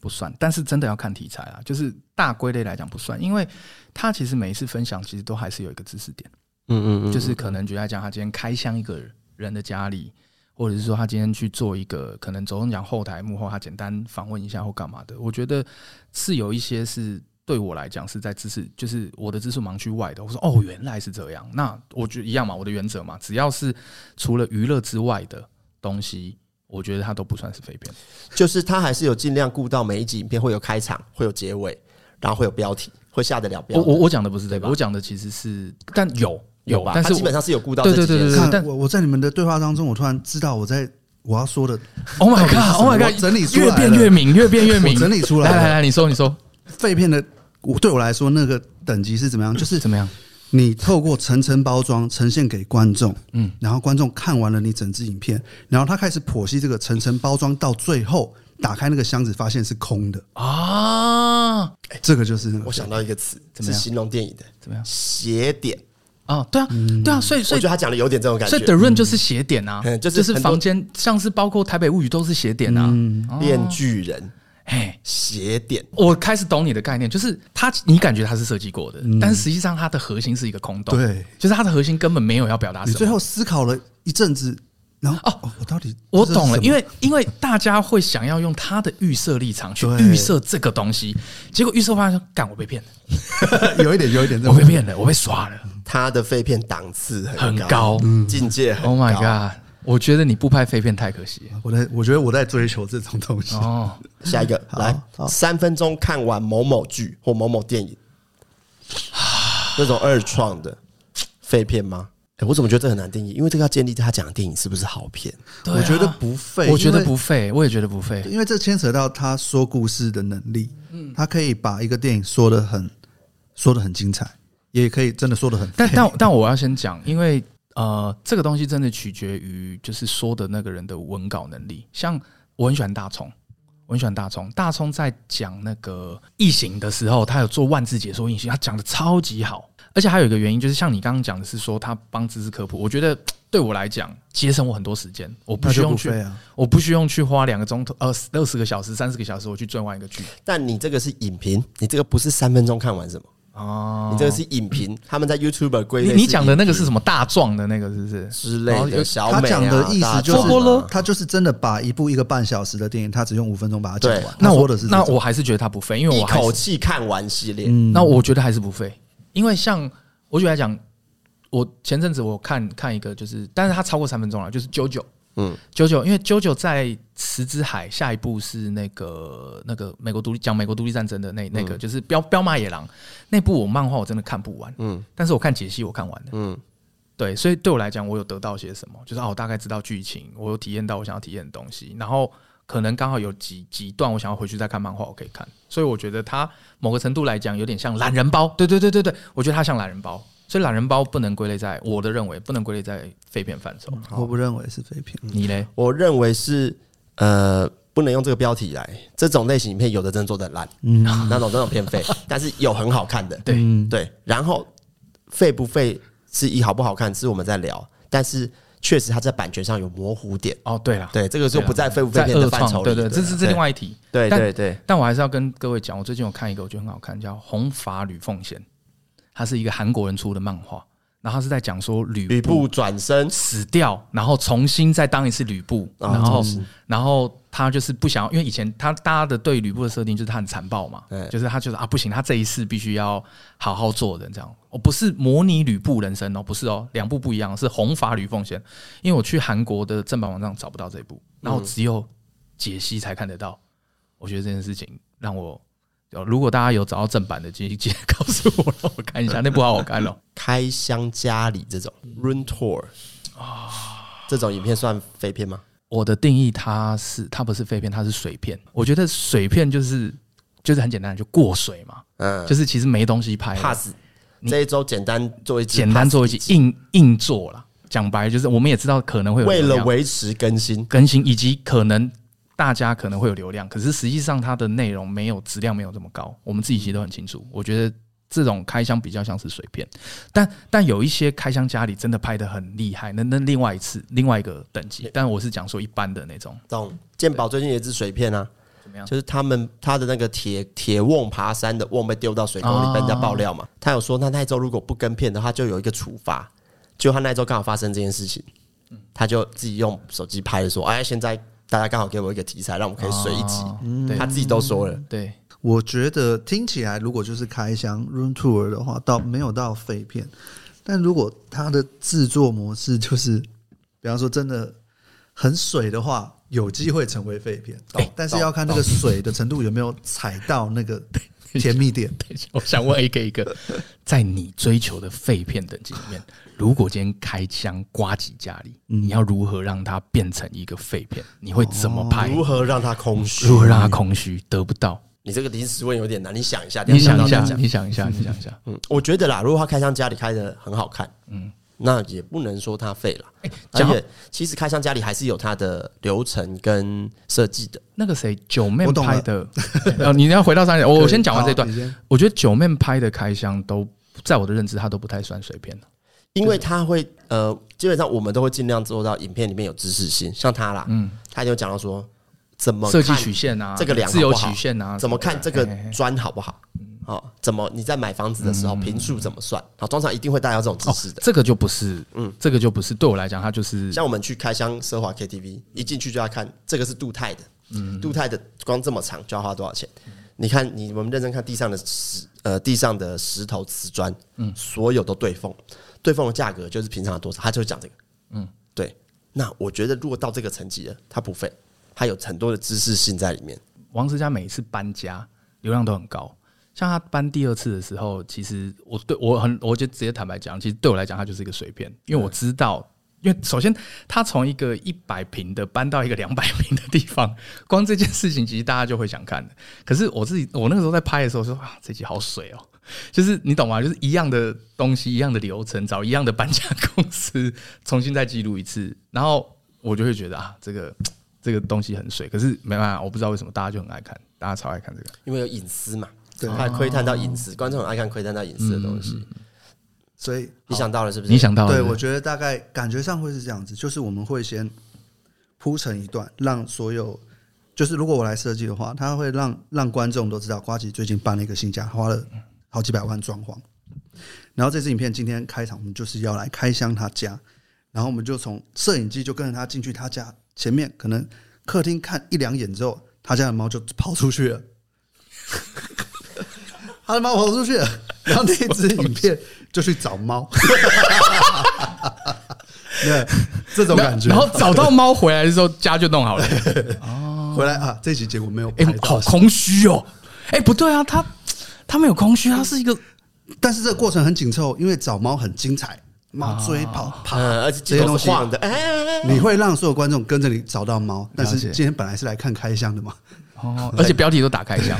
[SPEAKER 2] 不算。但是真的要看题材啊，就是大归类来讲不算，因为他其实每一次分享其实都还是有一个知识点，
[SPEAKER 1] 嗯嗯嗯，
[SPEAKER 2] 就是可能举例来讲，他今天开箱一个人的家里，或者是说他今天去做一个可能走中奖后台幕后，他简单访问一下或干嘛的，我觉得是有一些是。对我来讲是在知识，就是我的知识盲区外的。我说哦，原来是这样。那我觉得一样嘛，我的原则嘛，只要是除了娱乐之外的东西，我觉得它都不算是非片。
[SPEAKER 1] 就是它还是有尽量顾到每一集影片会有开场，会有结尾，然后会有标题，会下得了标
[SPEAKER 2] 我
[SPEAKER 1] 题。
[SPEAKER 2] 我我讲的不是这个，我讲的其实是，但有
[SPEAKER 1] 有
[SPEAKER 2] 有
[SPEAKER 1] 吧，，
[SPEAKER 2] 但
[SPEAKER 1] 它
[SPEAKER 2] 是
[SPEAKER 1] 基本
[SPEAKER 2] 我
[SPEAKER 1] 上是有顾到
[SPEAKER 2] 对
[SPEAKER 1] 这几
[SPEAKER 2] 对
[SPEAKER 1] 件
[SPEAKER 2] 对对
[SPEAKER 1] 事。
[SPEAKER 3] 看
[SPEAKER 2] 但
[SPEAKER 3] 我我在你们的对话当中，我突然知道我在我要说的
[SPEAKER 2] Oh my
[SPEAKER 3] 到底是
[SPEAKER 2] God，Oh
[SPEAKER 3] 什
[SPEAKER 2] my
[SPEAKER 3] 么
[SPEAKER 2] God，
[SPEAKER 3] 我整理出来
[SPEAKER 2] 越
[SPEAKER 3] 了
[SPEAKER 2] 变越明，越变越明，
[SPEAKER 3] 我整理出来
[SPEAKER 2] 来
[SPEAKER 3] 了
[SPEAKER 2] 来来，你说你
[SPEAKER 3] (laughs)
[SPEAKER 2] 说
[SPEAKER 3] 废片的，我对我来说那个等级是怎么样？就是
[SPEAKER 2] 是怎么样？
[SPEAKER 3] 你透过层层包装呈现给观众，嗯，然后观众看完了你整支影片，然后他开始剖析这个层层包装，到最后打开那个箱子，发现是空的，
[SPEAKER 2] 啊？
[SPEAKER 3] 这个就是那个
[SPEAKER 1] 我想到一个词，
[SPEAKER 2] 么
[SPEAKER 1] 是
[SPEAKER 2] 样
[SPEAKER 1] 形容电影的，
[SPEAKER 2] 怎么样
[SPEAKER 1] 斜点。
[SPEAKER 2] 啊，对啊，
[SPEAKER 3] 嗯
[SPEAKER 2] 对啊，所以
[SPEAKER 1] 我
[SPEAKER 2] 所
[SPEAKER 1] 觉
[SPEAKER 2] 以
[SPEAKER 1] 得他讲的有点这种感觉
[SPEAKER 2] 所以。The Run 就是斜点啊
[SPEAKER 1] 嗯，就是
[SPEAKER 2] 就是
[SPEAKER 1] 很多
[SPEAKER 2] 房间，像是包括台北物语都是斜点啊。
[SPEAKER 3] 嗯
[SPEAKER 1] 炼巨人
[SPEAKER 2] 哎，
[SPEAKER 1] 邪典，
[SPEAKER 2] 我开始懂你的概念，就是它，你感觉它是设计过的，但是实际上它的核心是一个空洞，
[SPEAKER 3] 嗯对，
[SPEAKER 2] 就是它的核心根本没有要表达什
[SPEAKER 3] 你
[SPEAKER 2] 么
[SPEAKER 3] 最。后思考了一阵子，然后哦，我到底
[SPEAKER 2] 我懂了，因
[SPEAKER 3] 为
[SPEAKER 2] 为因为大家会想要用他的预设立场去
[SPEAKER 3] 对
[SPEAKER 2] 预设这个东西，结果预设发现说，干我被骗了，
[SPEAKER 3] (laughs) 有一点，有一点这
[SPEAKER 2] 我
[SPEAKER 3] 种
[SPEAKER 2] 被骗了，我被耍了。
[SPEAKER 1] 他的废片档次很
[SPEAKER 2] 很高
[SPEAKER 1] 境界很高。
[SPEAKER 2] Oh my god！我觉得你不拍废片太可惜了
[SPEAKER 3] 我在我觉得我在追求这种东西，
[SPEAKER 2] 哦。
[SPEAKER 1] (laughs) 下一个来
[SPEAKER 3] 好
[SPEAKER 1] 三分钟看完某某剧或某某电影， (sighs) 那种二创的废片吗？哎，我怎么觉得这很难定义？因为这个要建立在他讲的电影是不是好片。
[SPEAKER 2] 对啊
[SPEAKER 3] 我觉得不费，
[SPEAKER 2] 我觉
[SPEAKER 3] 因
[SPEAKER 2] 得
[SPEAKER 3] 为
[SPEAKER 2] 不废，我也觉得不废。
[SPEAKER 3] 因为这牵扯到他说故事的能力，嗯，他可以把一个电影说的很说的很精彩，也可以真的说的很废，
[SPEAKER 2] 但但但我要先讲，因为呃，这个东西真的取决于就是说的那个人的文稿能力。像我很喜欢大葱，我很喜欢大葱。大葱在讲那个异形的时候，他有做万字解说异形，他讲的超级好。而且还有一个原因，就是像你刚刚讲的是说他帮知识科普，我觉得对我来讲节省我很多时间，我不
[SPEAKER 3] 那
[SPEAKER 2] 需
[SPEAKER 3] 就
[SPEAKER 2] 要
[SPEAKER 3] 不
[SPEAKER 2] 去
[SPEAKER 3] 费，啊。
[SPEAKER 2] 我不需要去花两个钟头，呃，二十个小时、三十个小时，我去转换一个剧
[SPEAKER 1] 但你这个是影评，你这个不是三分钟看完什么，
[SPEAKER 2] 哦
[SPEAKER 1] 你这个是影评。他们在 YouTube 归类
[SPEAKER 2] 你
[SPEAKER 1] 是
[SPEAKER 2] 你讲的那个是
[SPEAKER 1] 影
[SPEAKER 2] 什么大壮的那个是不是？
[SPEAKER 1] 评之
[SPEAKER 2] 然后
[SPEAKER 1] 类
[SPEAKER 2] 有
[SPEAKER 1] 的？小
[SPEAKER 3] 他
[SPEAKER 1] 美啊
[SPEAKER 3] 讲的意思就
[SPEAKER 1] 大壮啊
[SPEAKER 3] 是，他就是真的把一部一个半小时的电影，他只用五分钟把它讲
[SPEAKER 1] 对
[SPEAKER 3] 完。
[SPEAKER 2] 那
[SPEAKER 3] 他
[SPEAKER 2] 我
[SPEAKER 3] 说的是这
[SPEAKER 2] 那
[SPEAKER 3] 种
[SPEAKER 2] 我还是觉得他不费，因为
[SPEAKER 1] 一
[SPEAKER 2] 我还
[SPEAKER 1] 口
[SPEAKER 2] 是
[SPEAKER 1] 气看完系列，
[SPEAKER 2] 那我觉得还是不费，因为像我举来讲，我前阵子我看看一个就是，但是它超过三分钟了，就是九九，嗯，九九，因为九九在《石之海》下一部是那个那个美国独立讲美国独立战争的那那个、就是彪彪马野狼那部，我漫画我真的看不完，嗯，但是我看解析我看完了，嗯。对，所以对我来讲，我有得到些什么？就是啊，我大概知道剧情，我有体验到我想要体验的东西，然后可能刚好有几几段我想要回去再看漫画，我可以看。所以我觉得它某个程度来讲有点像懒人包。对对对对对，我觉得它像懒人包，所以懒人包不能归类在我的认为不能归类在废片范畴。
[SPEAKER 3] 我不认为是废片。
[SPEAKER 2] 你嘞？
[SPEAKER 1] 我认为是呃，不能用这个标题来。这种类型影片有的真的做的烂，嗯，那种真的偏废，但是有很好看的，
[SPEAKER 2] 对
[SPEAKER 1] 对。然后废不废是一好不好看是我们在聊，但是确实它在版权上有模糊点，
[SPEAKER 2] 哦，对了，
[SPEAKER 1] 对，这个就不在废不废
[SPEAKER 2] 在
[SPEAKER 1] 片的
[SPEAKER 2] 二
[SPEAKER 1] 范
[SPEAKER 2] 创，
[SPEAKER 1] 畴
[SPEAKER 2] 对
[SPEAKER 1] 里，
[SPEAKER 2] 对，这是这另外一题。
[SPEAKER 1] 对
[SPEAKER 2] 但
[SPEAKER 1] 对对，
[SPEAKER 2] 但我还是要跟各位讲，我最近有看一个我觉得很好看，叫《红发吕奉贤》，它是一个韩国人出的漫画，然后它是在讲说
[SPEAKER 1] 吕
[SPEAKER 2] 吕
[SPEAKER 1] 布转身
[SPEAKER 2] 死掉，然后重新再当一次吕布，
[SPEAKER 1] 啊
[SPEAKER 2] 然后、
[SPEAKER 1] 重新
[SPEAKER 2] 然后他就是不想要，因为以前他大家的对吕布的设定就是他很残暴嘛
[SPEAKER 1] 对，
[SPEAKER 2] 就是他就是啊不行，他这一世必须要好好做人这样。哦，不是模拟吕布人生哦，不是哦，两部不一样，是红发吕奉先。因为我去韩国的正版网站找不到这一部，然后只有解析才看得到。我觉得这件事情让我，呃如果大家有找到正版的，记记得告诉我，让我看一下那部好好看哦。
[SPEAKER 1] 开箱家里这种 run tour 这种影片算废片吗？
[SPEAKER 2] 我的定义它是它不是废片，它是水片。我觉得水片就是就是很简单，就过水嘛，
[SPEAKER 1] 嗯
[SPEAKER 2] 就是其实没东西拍了
[SPEAKER 1] pass 这一周简单做一集
[SPEAKER 2] 简单
[SPEAKER 1] pass
[SPEAKER 2] 做一集硬硬做啦。讲白了就是我们也知道可能会有
[SPEAKER 1] 为
[SPEAKER 2] 流
[SPEAKER 1] 了
[SPEAKER 2] 量
[SPEAKER 1] 维持更新，
[SPEAKER 2] 更新，以及可能大家可能会有流量，可是实际上它的内容没有质量没有这么高，我们自己其实都很清楚。我觉得这种开箱比较像是水片，但但有一些开箱家里真的拍的很厉害，那那另外一次另外一个等级，但我是讲说一般的那种
[SPEAKER 1] 懂？鉴宝最近也是水片啊，
[SPEAKER 2] 怎么样？
[SPEAKER 1] 就是他们他的那个铁铁瓮爬山的瓮被丢到水沟里，
[SPEAKER 2] 啊
[SPEAKER 1] 被人家爆料嘛。他有说，那那一周如果不跟片的话，就有一个处罚。就他那一周刚好发生这件事情，他就自己用手机拍说：“哎，现在大家刚好给我一个题材，让我们可以水一集。
[SPEAKER 2] 啊对嗯
[SPEAKER 1] 他自己都说了，
[SPEAKER 2] 对。
[SPEAKER 3] 我觉得听起来，如果就是开箱 room tour 的话，倒没有到废片，但如果它的制作模式就是，比方说真的很水的话，有机会成为废片，哦但是要看那个水的程度有没有踩到那个甜蜜点。
[SPEAKER 2] 等一下，我想问一个一个， (laughs) 在你追求的废片等级里面，如果今天开枪刮几家里，你要如何让它变成一个废片？你会怎么拍？
[SPEAKER 1] 哦如何让他空虚
[SPEAKER 2] 如？何让它空虚得不到？
[SPEAKER 1] 你这个临时问有点难，你想一下，
[SPEAKER 2] 你想一
[SPEAKER 1] 等
[SPEAKER 2] 下
[SPEAKER 1] 下，讲
[SPEAKER 2] 你想一下，你想一下。
[SPEAKER 1] 嗯，我觉得啦，如果他开箱家里开的很好看，嗯，那也不能说他废了。而
[SPEAKER 2] 哎讲到
[SPEAKER 1] 且其实开箱家里还是有它的流程跟设计的。
[SPEAKER 2] 那个谁，九妹
[SPEAKER 3] 我懂了
[SPEAKER 2] 拍的， (laughs) 哦，你要回到上一我我先讲完这一段
[SPEAKER 3] 好你先。
[SPEAKER 2] 我觉得九妹拍的开箱都，在我的认知，它都不太算水片了。
[SPEAKER 1] 因为他会呃，基本上我们都会尽量做到影片里面有知识性，像他啦，嗯，他有讲到说怎么
[SPEAKER 2] 设计
[SPEAKER 1] 看
[SPEAKER 2] 曲线啊，
[SPEAKER 1] 这个量好
[SPEAKER 2] 自
[SPEAKER 1] 不
[SPEAKER 2] 由
[SPEAKER 1] 好
[SPEAKER 2] 曲线啊，
[SPEAKER 1] 怎么看这
[SPEAKER 2] 什
[SPEAKER 1] 个
[SPEAKER 2] 的嘿嗯嘿嘿
[SPEAKER 1] 砖好不好？哦，怎么你在买房子的时
[SPEAKER 2] 嗯
[SPEAKER 1] 候平数怎么算？好，通常一定会带到这种知识的。
[SPEAKER 2] 哦这个就不是，嗯，这个就不是对我来讲，它就是
[SPEAKER 1] 像我们去开箱奢华 KTV，一进去就要看这个是镀钛的，镀钛的光这么长就要花多少钱？你看，你我们认真看地上的石，呃，地上的石头瓷砖，所有都对缝，对缝的价格就是平常的多少，他就讲这个，嗯，对。那我觉得如果到这个层级了，他不废，他有很多的知识性在里面，
[SPEAKER 2] 王思佳每一次搬家流量都很高。像他搬第二次的时候，其实我对我很，我就直接坦白讲，其实对我来讲，它就是一个随便，因为
[SPEAKER 1] 嗯
[SPEAKER 2] 我知道，因为首先他从一个一百平的搬到一个两百平的地方，光这件事情其实大家就会想看的。可是我自己，我那个时候在拍的时候说啊，这集好水哦，就是你懂吗？就是一样的东西，一样的流程，找一样的搬家公司重新再记录一次，然后我就会觉得啊，这个这个东西很水，可是没办法，我不知道为什么大家就很爱看，大家超爱看这个。
[SPEAKER 1] 因为有隐私嘛，对，他窥探到隐私，观众很爱看窥探到隐私的东西。
[SPEAKER 3] 所以
[SPEAKER 1] 你想到了是不是？
[SPEAKER 2] 你想到了
[SPEAKER 3] 对，
[SPEAKER 2] 是不是
[SPEAKER 3] 我觉得大概感觉上会是这样子，就是我们会先铺成一段，让所有就是如果我来设计的话，它会让让观众都知道瓜吉最近搬了一个新家，花了好几百万装潢。然后这支影片今天开场，我们就是要来开箱他家，然后我们就从摄影机就跟着他进去他家前面，可能客厅看一两眼之后，他家的猫就跑出去了， (laughs) 他的猫跑出去了，然后那支影片就去找猫， (laughs) 对，这种感觉。
[SPEAKER 2] 然后找到猫回来的时候，家就弄好了。
[SPEAKER 3] 回来啊，这集结果没有拍
[SPEAKER 2] 哎、
[SPEAKER 3] 到，
[SPEAKER 2] 好空虚哦。哎、不对啊，他他没有空虚，他是一个
[SPEAKER 3] 但是这个过程很紧凑，因为找猫很精彩，猫追跑
[SPEAKER 2] 啊
[SPEAKER 3] 爬，
[SPEAKER 1] 嗯，而且
[SPEAKER 3] 这些东
[SPEAKER 1] 都
[SPEAKER 3] 西
[SPEAKER 1] 是晃的，哎哎哎哎
[SPEAKER 3] (laughs) 你会让所有观众跟着你找到猫。但是
[SPEAKER 2] 了解
[SPEAKER 3] 今天本来是来看开箱的嘛，
[SPEAKER 2] 哦，而且标题都打开 (laughs) 箱。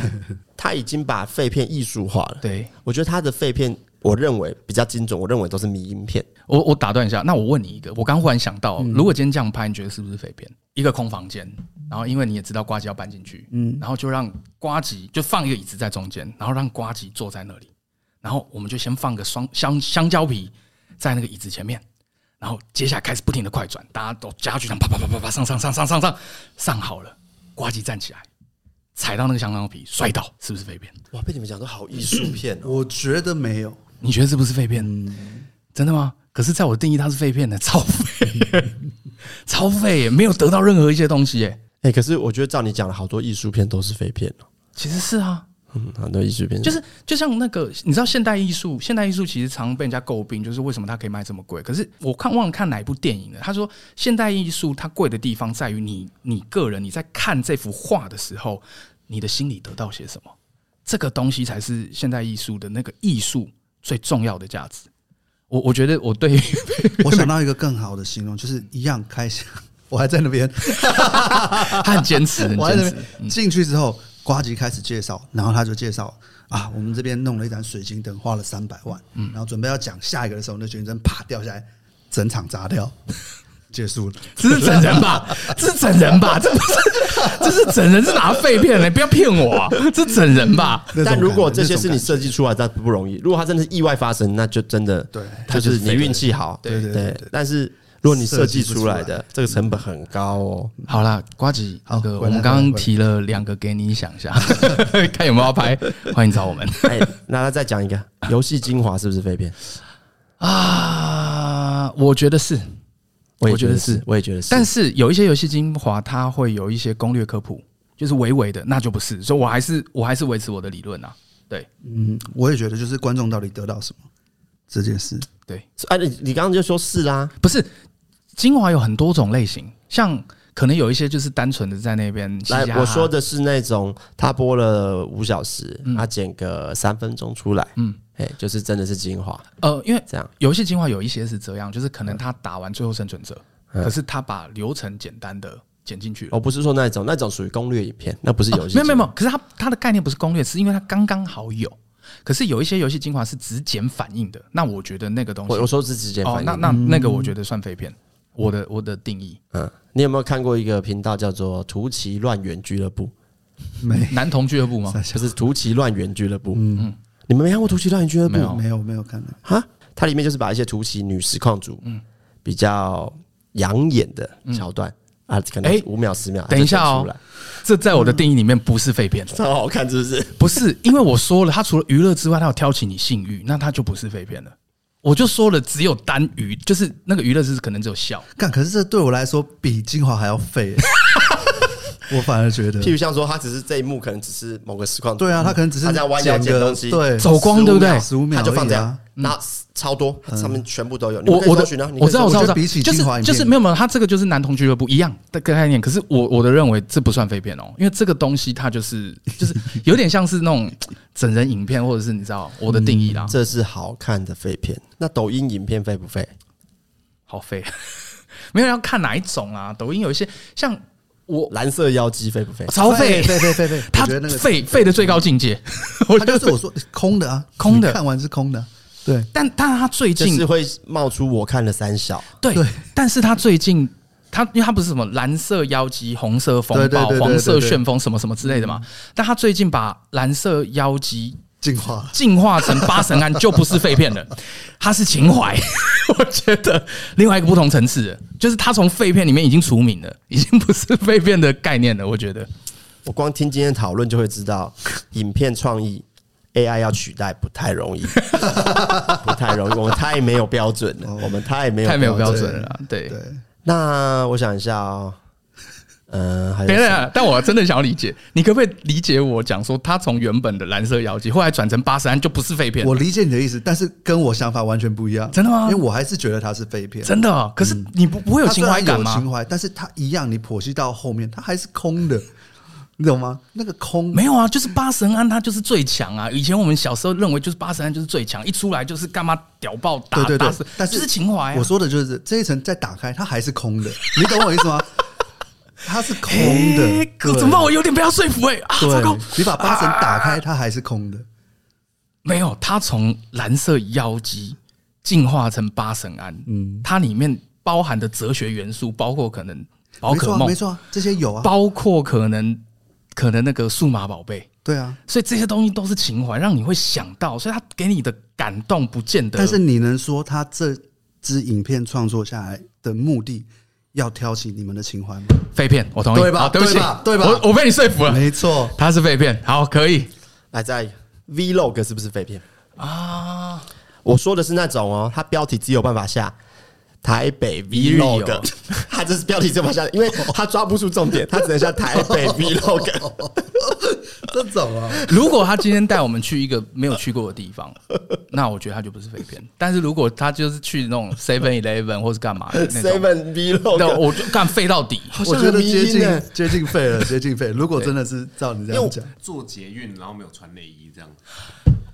[SPEAKER 1] 他已经把废片艺术化了。
[SPEAKER 2] 对
[SPEAKER 1] 我觉得他的废片，我认为比较精准，我认为都是迷音片。
[SPEAKER 2] 我，我打断一下，那我问你一个，我刚忽然想到，如果今天这样拍，你觉得是不是废片？一个空房间，然后因为你也知道瓜吉要搬进去，嗯，然后就让瓜吉就放一个椅子在中间，然后让瓜吉坐在那里，然后我们就先放个双香香蕉皮在那个椅子前面。然后接下来开始不停的快转，大家都家具上啪啪啪啪啪上上上上上上上好了，瓜吉站起来，踩到那个香蕉皮摔倒，是不是废片？
[SPEAKER 1] 哇，被你们讲都好艺术片哦。
[SPEAKER 3] (laughs) 我觉得没有。
[SPEAKER 2] 你觉得是不是废片？真的吗？可是，在我定义它是废片的， (laughs) 超废耶，超废耶，没有得到任何一些东西耶。
[SPEAKER 1] (laughs) 哎，可是我觉得照你讲的好多艺术片都是废片哦。
[SPEAKER 2] 其实是啊，
[SPEAKER 1] 嗯，很多艺术片
[SPEAKER 2] 就是就像那个，你知道现代艺术，现代艺术其实常被人家诟病，就是为什么它可以卖这么贵。可是我看忘了看哪一部电影了，他说现代艺术它贵的地方在于你你个人你在看这幅画的时候，你的心里得到些什么，这个东西才是现代艺术的那个艺术最重要的价值。我我觉得我对于
[SPEAKER 3] (laughs) 我想到一个更好的形容， (laughs) 就是一样开箱，我还在那 (laughs) 边，
[SPEAKER 2] (laughs) 他很坚持，很
[SPEAKER 3] 我还在那
[SPEAKER 2] 坚持。
[SPEAKER 3] 边进去之后，瓜吉开始介绍，然后他就介绍啊，我们这边弄了一盏水晶灯，花了三百万，然后准备要讲下一个的时候，那水晶灯啪掉下来，整场砸掉， (laughs) 结束了。
[SPEAKER 2] 这是整人吧？
[SPEAKER 3] (laughs)
[SPEAKER 2] 这是整人吧？这不是，这是整人是拿废片
[SPEAKER 3] (laughs)
[SPEAKER 2] 嘞！不要骗我、啊，这是整人吧？
[SPEAKER 3] 那种
[SPEAKER 1] 但如果
[SPEAKER 3] 感觉
[SPEAKER 1] 这些
[SPEAKER 3] 那种
[SPEAKER 1] 是你
[SPEAKER 3] 感觉
[SPEAKER 1] 设计出来，那不容易。如果它真的是意外发生，那就真的
[SPEAKER 3] 对
[SPEAKER 1] 就是你运气好，
[SPEAKER 3] 对对对对
[SPEAKER 1] 但是如果你设计出来
[SPEAKER 3] 设计不出
[SPEAKER 1] 的
[SPEAKER 3] 来，
[SPEAKER 1] 这个成本很高哦。
[SPEAKER 2] 好啦，瓜子，
[SPEAKER 3] 好
[SPEAKER 2] 那个我
[SPEAKER 3] 回来
[SPEAKER 2] 们刚刚提了两个给你想一下， (laughs) 看有没有要拍，欢迎找我们
[SPEAKER 1] 哎，那那再讲一个游戏精华是不是废片？
[SPEAKER 2] 啊！我觉得是，
[SPEAKER 1] 也
[SPEAKER 2] 我觉得是，
[SPEAKER 1] 我也觉得是。
[SPEAKER 2] 但是有一些游戏精华，它会有一些攻略科普，就是微微的，那就不是。所以我还是我还是维持我的理论啊。对
[SPEAKER 3] 嗯，我也觉得就是观众到底得到什么这件事，
[SPEAKER 2] 对，
[SPEAKER 1] 哎，你你刚刚就说是啦，
[SPEAKER 2] 不是精华有很多种类型，像可能有一些就是单纯的在那边嘻嘻
[SPEAKER 1] 来
[SPEAKER 2] 哈，哈
[SPEAKER 1] 我说的是那种他播了五小时，
[SPEAKER 2] 嗯
[SPEAKER 1] 他剪个三分钟出来，嗯，哎，就是真的是精华
[SPEAKER 2] 呃，因为
[SPEAKER 1] 这样。
[SPEAKER 2] 游戏精华有一些是这样，就是可能他打完最后生存者，
[SPEAKER 1] 嗯
[SPEAKER 2] 可是他把流程简单的剪进去了。啊
[SPEAKER 1] 我不是说那种，那种属于攻略影片，那不哦是游戏精
[SPEAKER 2] 没有
[SPEAKER 1] 华。
[SPEAKER 2] 没有没有，可是他他的概念不是攻略，是因为他刚刚好有。可是有一些游戏精华是只剪反应的，那我觉得那个东西
[SPEAKER 1] 我我说是直接
[SPEAKER 2] 哦，
[SPEAKER 1] 反
[SPEAKER 2] 那
[SPEAKER 1] 应。
[SPEAKER 2] 那那个我觉得算废片。我的我的定
[SPEAKER 1] (laughs)
[SPEAKER 2] 义，
[SPEAKER 1] 嗯，你有没有看过一个频道叫做“图奇乱源俱乐部
[SPEAKER 3] 没
[SPEAKER 2] 男童俱乐部吗？”？
[SPEAKER 1] 就是“图奇乱源俱乐部”。嗯，你们没看过“图奇乱源俱乐部
[SPEAKER 2] 没有
[SPEAKER 3] 没有没有看到。”
[SPEAKER 1] 啊？它里面就是把一些图奇女实况组，
[SPEAKER 2] 嗯
[SPEAKER 1] 比较养眼的桥段、啊，可能
[SPEAKER 2] 哎
[SPEAKER 1] 五秒十秒，
[SPEAKER 2] 等一下
[SPEAKER 1] 它就剪
[SPEAKER 2] 哦
[SPEAKER 1] 出来，
[SPEAKER 2] 这在我的定义里面不是废片，
[SPEAKER 1] 超好看，是不是？
[SPEAKER 2] 不是，因为我说了，他除了娱乐之外，他有挑起你性欲，那他就不是废片了。我就说了，只有单娱，就是那个娱乐是可能只有笑。
[SPEAKER 3] 干，可是这对我来说比精华还
[SPEAKER 2] (laughs)
[SPEAKER 3] 要废、我反而觉得，
[SPEAKER 1] 譬如像说，它只是这一幕，可能只是某个实况组，
[SPEAKER 3] 对啊，他可能只是
[SPEAKER 1] 他这样弯腰
[SPEAKER 3] 剪
[SPEAKER 1] 捡
[SPEAKER 3] 个
[SPEAKER 1] 东西，
[SPEAKER 3] 对，
[SPEAKER 2] 走光对不对
[SPEAKER 3] 十五秒
[SPEAKER 1] 他就放这
[SPEAKER 3] 而已
[SPEAKER 1] 样
[SPEAKER 3] 啊，嗯
[SPEAKER 1] 然后超多，它上面全部都有。你
[SPEAKER 2] 我
[SPEAKER 1] 们可以
[SPEAKER 2] 我的
[SPEAKER 1] 搜寻啊你可以
[SPEAKER 2] 我知道
[SPEAKER 1] 搜
[SPEAKER 2] 我知道
[SPEAKER 1] 寻
[SPEAKER 2] 我知道，
[SPEAKER 3] 就比起
[SPEAKER 2] 就是
[SPEAKER 3] 精华影
[SPEAKER 2] 就
[SPEAKER 3] 片
[SPEAKER 2] 是没有没有，他这个就是男童俱乐部一样的概念。可是我我的认为这不算废片哦，因为这个东西它
[SPEAKER 3] (laughs)
[SPEAKER 2] 就是就是有点像是那种整人影片，或者是你知道我的定义啦，
[SPEAKER 3] 嗯
[SPEAKER 1] 这是好看的废片。那抖音影片废不废？
[SPEAKER 2] 好废。 (laughs) 没有要看哪一种啊，抖音有一些像我
[SPEAKER 1] 蓝色妖姬废不废？
[SPEAKER 2] 超废，
[SPEAKER 3] 废废废废，
[SPEAKER 2] 他
[SPEAKER 3] 我觉得那个
[SPEAKER 2] 废废的最高境界，我
[SPEAKER 3] (laughs) 他
[SPEAKER 2] 觉
[SPEAKER 3] 就
[SPEAKER 2] 得
[SPEAKER 3] 是我说空的啊，
[SPEAKER 2] 空的
[SPEAKER 3] 你看完是空的啊，对，
[SPEAKER 2] 但但是他最
[SPEAKER 1] 就
[SPEAKER 2] 近
[SPEAKER 1] 是会冒出我看了三小，
[SPEAKER 2] 对
[SPEAKER 3] 对，
[SPEAKER 2] 但是他最近他因为他不是什么蓝色妖姬、红色风
[SPEAKER 3] 对对嗯
[SPEAKER 2] 暴
[SPEAKER 3] 对、对
[SPEAKER 2] 黄色
[SPEAKER 3] 对对
[SPEAKER 2] 旋风什么什么之类的嘛，但他最近把蓝色妖姬
[SPEAKER 3] 进化了。
[SPEAKER 2] 进化成八神庵就不是废片
[SPEAKER 3] (laughs)
[SPEAKER 2] 了，它是情怀。 (laughs) 我觉得另外一个不同层次了，就是它从废片里面已经除名了，已经不是废片的概念了。我觉得
[SPEAKER 1] 我光听今天讨论就会知道，影片创意 AI 要取代不太容易， (laughs) 不太容易，我们太没有标准
[SPEAKER 3] 哦
[SPEAKER 1] 了，我们太没有
[SPEAKER 2] 太没有标
[SPEAKER 1] 准。
[SPEAKER 2] 准了啦。对，
[SPEAKER 3] 对，
[SPEAKER 1] 那我想一下哦，嗯、
[SPEAKER 2] (laughs)
[SPEAKER 1] 还有
[SPEAKER 2] 等一
[SPEAKER 1] 什么
[SPEAKER 2] 下，但我真的想要理解，你可不可以理解我讲说，它从原本的蓝色妖姬，后来转成八神庵就不是废片了？
[SPEAKER 3] 我理解你的意思，但是跟我想法完全不一样。
[SPEAKER 2] 真的吗
[SPEAKER 3] 因为我还是觉得它是废片。
[SPEAKER 2] 真的哦，可是你不不会有
[SPEAKER 3] 它
[SPEAKER 2] 情
[SPEAKER 3] 嗯虽然
[SPEAKER 2] 怀感
[SPEAKER 3] 有
[SPEAKER 2] 吗
[SPEAKER 3] 情？怀，但是它一样，你剖析到后面，它还是空的，你懂吗？那个空
[SPEAKER 2] 没有啊，就是八神庵，它就是最强啊！以前我们小时候认为就是八神庵就是最强，一出来就是干嘛屌爆打
[SPEAKER 3] 对对
[SPEAKER 2] 打
[SPEAKER 3] 对
[SPEAKER 2] 死，，
[SPEAKER 3] 但
[SPEAKER 2] 就是情怀、啊。
[SPEAKER 3] 我说的就是这一层再打开，它还是空的，你懂我意思吗？它是
[SPEAKER 2] (laughs)
[SPEAKER 3] 空的
[SPEAKER 2] 欸，
[SPEAKER 3] 对
[SPEAKER 2] 怎么办？我有点被他说服哎、啊！糟糕啊
[SPEAKER 3] 对，，你把八神打开，它还是空的。
[SPEAKER 2] 没有，他从蓝色妖姬进化成八神庵，嗯，它里面包含的哲学元素，包括可能宝
[SPEAKER 3] 没错
[SPEAKER 2] 可
[SPEAKER 3] 啊、
[SPEAKER 2] 梦
[SPEAKER 3] 没，错、啊，这些有啊，
[SPEAKER 2] 包括可能可能那个数码宝贝，
[SPEAKER 3] 对啊。
[SPEAKER 2] 所以这些东西都是情怀，让你会想到，所以它给你的感动不见得。
[SPEAKER 3] 但是你能说他这支影片创作下来的目的，要挑起你们的情怀吗？
[SPEAKER 2] 废片，我同意，
[SPEAKER 3] 对吧
[SPEAKER 2] 好对不起
[SPEAKER 3] 对吧，对吧
[SPEAKER 2] 我我被你说服了，
[SPEAKER 3] 没错，
[SPEAKER 2] 它是废片，好，可以
[SPEAKER 1] 来再来 Vlog 是不是废片？
[SPEAKER 2] 啊，
[SPEAKER 1] 我说的是那种哦，它标题只有办法下台北
[SPEAKER 2] (laughs)
[SPEAKER 1] Vlog，它这是标题只有办法下，因为它抓不住重点，它只能下台
[SPEAKER 2] (laughs)
[SPEAKER 1] 北 Vlog。
[SPEAKER 3] 这种
[SPEAKER 1] (laughs)
[SPEAKER 3] 啊，
[SPEAKER 2] 如果他今天带我们去一个没有去过的地方， (laughs) 那我觉得他就不是废片。但是如果他就是去那种 Seven Eleven 或是干嘛的
[SPEAKER 3] (laughs)
[SPEAKER 2] 那种，
[SPEAKER 1] Seven
[SPEAKER 2] 那
[SPEAKER 1] Vlog，
[SPEAKER 2] 我就干废到底。
[SPEAKER 3] 我
[SPEAKER 1] 像
[SPEAKER 3] 觉得
[SPEAKER 1] 很迷
[SPEAKER 3] 接
[SPEAKER 1] 因
[SPEAKER 3] 近
[SPEAKER 1] 欸
[SPEAKER 3] 接近废了，
[SPEAKER 1] (laughs)
[SPEAKER 3] 接近废。如果真的是照你
[SPEAKER 1] 因
[SPEAKER 3] 这
[SPEAKER 1] 为
[SPEAKER 3] 样
[SPEAKER 1] 我
[SPEAKER 3] 讲，
[SPEAKER 4] 做捷运然后没有穿内衣这样，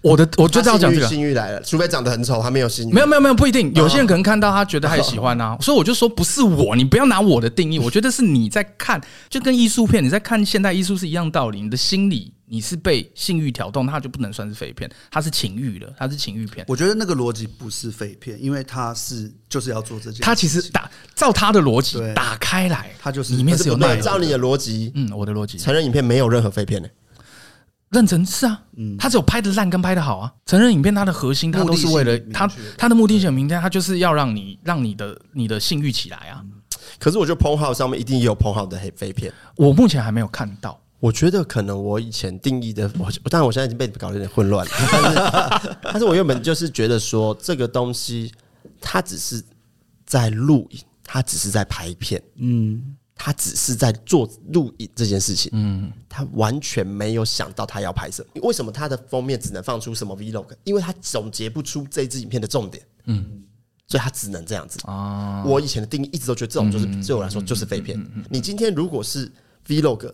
[SPEAKER 2] 我的我就
[SPEAKER 1] 他
[SPEAKER 2] 这样讲这个，
[SPEAKER 1] 性欲来了，除非长得很丑，他没有性欲。
[SPEAKER 2] 没有没有没有不一定，有些人可能看到他觉得他也喜欢
[SPEAKER 3] (laughs)
[SPEAKER 2] 啊，所以我就说不是我，你不要拿我的定义，我觉得是你在看，就跟艺术片你在看现代艺术是一样道理，你的心理你是被性欲挑动，它就不能算是废片，它是情欲了，它是情欲片。
[SPEAKER 3] 我觉得那个逻辑不是废片，因为他是就是要做这件事情，
[SPEAKER 2] 它其实打照他的逻辑
[SPEAKER 3] 对
[SPEAKER 2] 打开来，
[SPEAKER 3] 它就是
[SPEAKER 2] 里面是有内
[SPEAKER 1] 对，
[SPEAKER 2] 容
[SPEAKER 1] 照
[SPEAKER 2] 的。
[SPEAKER 1] 你的逻辑，
[SPEAKER 2] 嗯，我的逻辑
[SPEAKER 1] 成人影片没有任何废片呢。
[SPEAKER 2] 认真是啊，
[SPEAKER 3] 嗯
[SPEAKER 2] 他只有拍的烂跟拍的好啊。成人影片它的核心，它都是为了
[SPEAKER 3] 目的性
[SPEAKER 2] 它
[SPEAKER 3] 明确
[SPEAKER 2] 它的目的性明天，它就是要让你让你的你的性欲起来啊。
[SPEAKER 3] 嗯
[SPEAKER 1] 可是我觉得 p o n h u b 上面一定也有 p o n h u b 的黑废片。
[SPEAKER 2] 我目前还没有看到，
[SPEAKER 1] 我觉得可能我以前定义的，我当然我现在已经被你们搞得有点混乱了， (laughs) 但是但是我原本就是觉得说这个东西它只是在录影，它只是在拍片，嗯，它只是在做录影这件事情，嗯，他完全没有想到他要拍什么，为什么他的封面只能放出什么 vlog？因为他总结不出这支影片的重点，嗯，所以他只能这样子啊。我以前的定义一直都觉得这种就是对我来说就是废片，你今天如果是 vlog。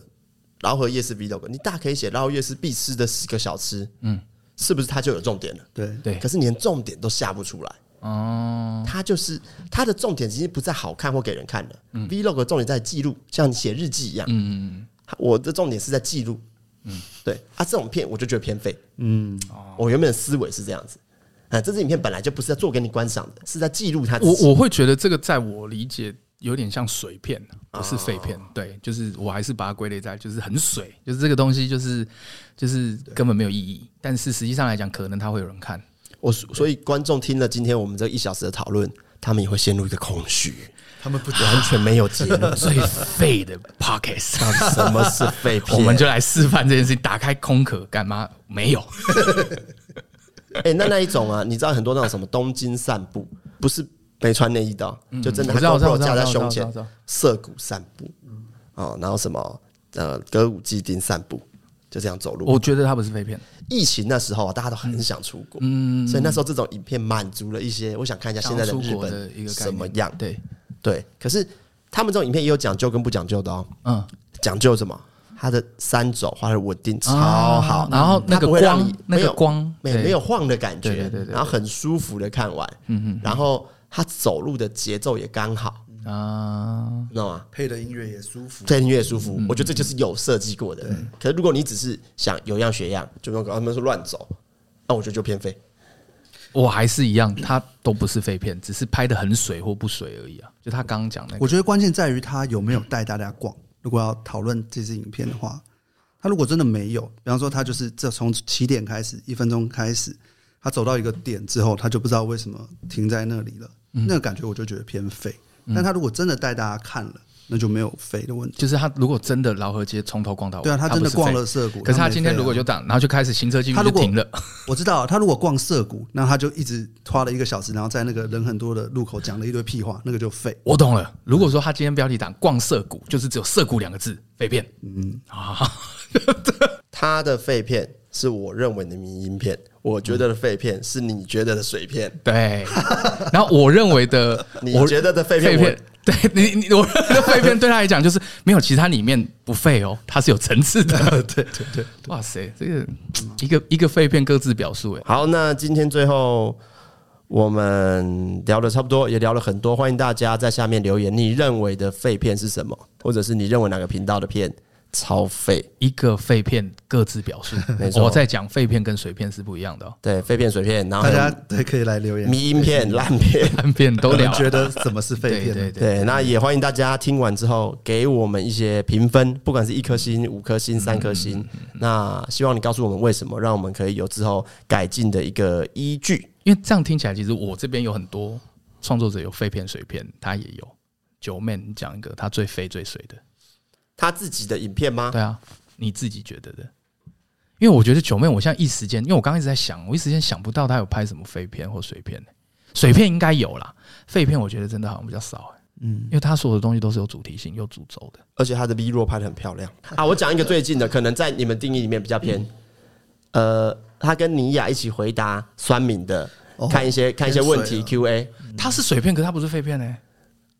[SPEAKER 1] 饶河夜市 vlog，你大可以写饶河夜市必吃的十个小吃，嗯，是不是它就有重点了？
[SPEAKER 3] 对
[SPEAKER 2] 对
[SPEAKER 1] 可是你连重点都下不出来，
[SPEAKER 2] 哦，
[SPEAKER 1] 它就是它的重点已经不在好看或给人看了。vlog 的重点在记录，像你写日记一样，嗯，我的重点是在记录，嗯，对啊，这种片我就觉得偏废，嗯，
[SPEAKER 3] 哦
[SPEAKER 1] 我原本的思维是这样子，啊，这支影片本来就不是在做给你观赏的，是在记录它自
[SPEAKER 2] 我
[SPEAKER 1] 己。
[SPEAKER 2] 我会觉得这个在我理解有点像水片，不是废片。对，就是我还是把它归类在就是很水，就是这个东西就是就是根本没有意义。但是实际上来讲，可能它会有人 (laughs) 看。
[SPEAKER 1] 我所以观众听了今天我们这一小时的讨论，他们也会陷入一个空虚，
[SPEAKER 3] 他们不讲，
[SPEAKER 1] 完全没有结
[SPEAKER 3] (laughs)
[SPEAKER 1] 论。
[SPEAKER 2] 最废的 pockets，
[SPEAKER 1] 到底什么是废片？
[SPEAKER 2] (laughs) 我们就来示范这件事情。打开空壳干嘛？没有。
[SPEAKER 1] 哎、那那一种啊，你知道很多那种什么东京散步，不是没穿内衣的哦，
[SPEAKER 3] 嗯
[SPEAKER 1] 就真的
[SPEAKER 2] 我
[SPEAKER 1] 还
[SPEAKER 2] 知道我知道
[SPEAKER 1] GoPro 架在
[SPEAKER 2] 我
[SPEAKER 1] 胸
[SPEAKER 2] 知道
[SPEAKER 1] 前
[SPEAKER 2] 我知道，
[SPEAKER 1] 涩谷散步哦，然后什么呃歌舞伎町散步，就这样走路。
[SPEAKER 2] 我觉得它不是废片。
[SPEAKER 1] 疫情那时候啊，大家都很想出国，
[SPEAKER 2] 嗯
[SPEAKER 1] 所以那时候这种影片满足了一些，我想看一下现在的
[SPEAKER 2] 想要
[SPEAKER 1] 日
[SPEAKER 2] 出国的一
[SPEAKER 1] 本
[SPEAKER 2] 个概
[SPEAKER 1] 什
[SPEAKER 2] 念
[SPEAKER 1] 么样。
[SPEAKER 2] 对，
[SPEAKER 1] 对，可是他们这种影片也有讲究跟不讲究的哦，
[SPEAKER 2] 嗯，
[SPEAKER 1] 讲究什么？它的三轴画的稳定超好，嗯
[SPEAKER 2] 啊然后那
[SPEAKER 1] 它
[SPEAKER 2] 个
[SPEAKER 1] 不会让
[SPEAKER 2] 光
[SPEAKER 1] 你
[SPEAKER 2] 那个
[SPEAKER 1] 没有
[SPEAKER 2] 光
[SPEAKER 1] 没
[SPEAKER 2] 对
[SPEAKER 1] 没有晃的感觉，
[SPEAKER 2] 对对对对嗯
[SPEAKER 1] 然后很舒服的看完，然后他走路的节奏也刚好，
[SPEAKER 2] 啊，
[SPEAKER 1] 你知道吗？
[SPEAKER 3] 配的音乐也舒服。
[SPEAKER 1] 对音乐舒
[SPEAKER 2] 嗯
[SPEAKER 1] 服，我觉得这就是有设计过的。可是如果你只是想有样学样，就不用跟他们说乱走，那我觉得就偏废。
[SPEAKER 2] 我还是一样，它都不是废片，只是拍的很水或不水而已啊。就他刚刚讲那个
[SPEAKER 3] 我，觉得关键在于他有没有带大家逛。如果要讨论这支影片的话，他如果真的没有，比方说他就是这从起点开始，一分钟开始，他走到一个点之后，他就不知道为什么停在那里了，那个感觉我就觉得偏废。但他如果真的带大家看了，那就没有废的问题。
[SPEAKER 2] 就是他如果真的老河街从头逛到尾，
[SPEAKER 3] 对啊，他真的
[SPEAKER 2] 不
[SPEAKER 3] 逛
[SPEAKER 2] 废
[SPEAKER 3] 了。涩谷，
[SPEAKER 2] 可是他
[SPEAKER 3] 没
[SPEAKER 2] 今天
[SPEAKER 3] 废啊
[SPEAKER 2] 如果就这样，然后就开始行车记录
[SPEAKER 3] 他
[SPEAKER 2] 就
[SPEAKER 3] 如果
[SPEAKER 2] 停了，
[SPEAKER 3] 我知道，啊他如果逛涩谷，那他就一直花了一个小时，然后在那个人很多的路口讲了一堆屁话，那个就废。
[SPEAKER 2] 我懂了。如果说他今天标题党逛涩谷，就是只有涩谷两个字，被骗。嗯啊， (laughs)
[SPEAKER 1] 他的废片是我认为的民音片，我觉得的废片是你觉得的水片。
[SPEAKER 2] 对。然后我认为的，
[SPEAKER 1] 你
[SPEAKER 2] 我
[SPEAKER 1] 觉得的废片
[SPEAKER 2] 废片， (laughs) 对你你我认为的废片对他来讲就是没有，其实它里面不废哦，它是有层次的。对对对，哇塞，这个一个一个废片各自表述，哎，
[SPEAKER 1] 好，那今天最后我们聊的差不多，也聊了很多，欢迎大家在下面留言，你认为的废片是什么，或者是你认为哪个频道的片超废？
[SPEAKER 2] 一个废片各自表述
[SPEAKER 1] 没。错
[SPEAKER 2] 我在讲废片跟水片是不一样的哦，
[SPEAKER 1] 对，废片、水片，然后
[SPEAKER 3] 大家对可以来留言，
[SPEAKER 1] 迷音
[SPEAKER 3] (laughs)
[SPEAKER 1] 片、烂片。
[SPEAKER 2] (laughs) 烂片都
[SPEAKER 3] 你
[SPEAKER 2] 聊
[SPEAKER 3] 们
[SPEAKER 2] 了。
[SPEAKER 3] 觉得什么是废
[SPEAKER 2] 对
[SPEAKER 3] 片？
[SPEAKER 2] 对
[SPEAKER 3] 呢？
[SPEAKER 2] 啊对，
[SPEAKER 1] 对，那也欢迎大家听完之后给我们一些评分，不管是一颗星、五颗星、三颗
[SPEAKER 3] 嗯
[SPEAKER 1] 星。那希望你告诉我们为什么，让我们可以有之后改进的一个依据。
[SPEAKER 2] 因为这样听起来，其实我这边有很多创作者有废片、水片，他也有。九妹，你讲一个他最废最水的，
[SPEAKER 1] 他自己的影片吗？
[SPEAKER 2] 对啊，你自己觉得的？因为我觉得九妹，我现在一时间，因为我刚刚一直在想，我一时间想不到他有拍什么废片或水片、水片应该有啦，废片我觉得真的好像比较少、欸，嗯，因为他所有的东西都是有主题性、有主轴的。
[SPEAKER 1] 而且他的 V 若拍的很漂亮啊！我讲一个最近的，可能在你们定义里面比较偏，
[SPEAKER 2] 嗯
[SPEAKER 1] 呃，他跟尼雅一起回答酸敏的，
[SPEAKER 3] 哦
[SPEAKER 1] 看一些看一些问
[SPEAKER 2] 啊
[SPEAKER 1] 题
[SPEAKER 3] 偏
[SPEAKER 1] Q&A。
[SPEAKER 2] 他是水片，可是他不是废片呢、欸。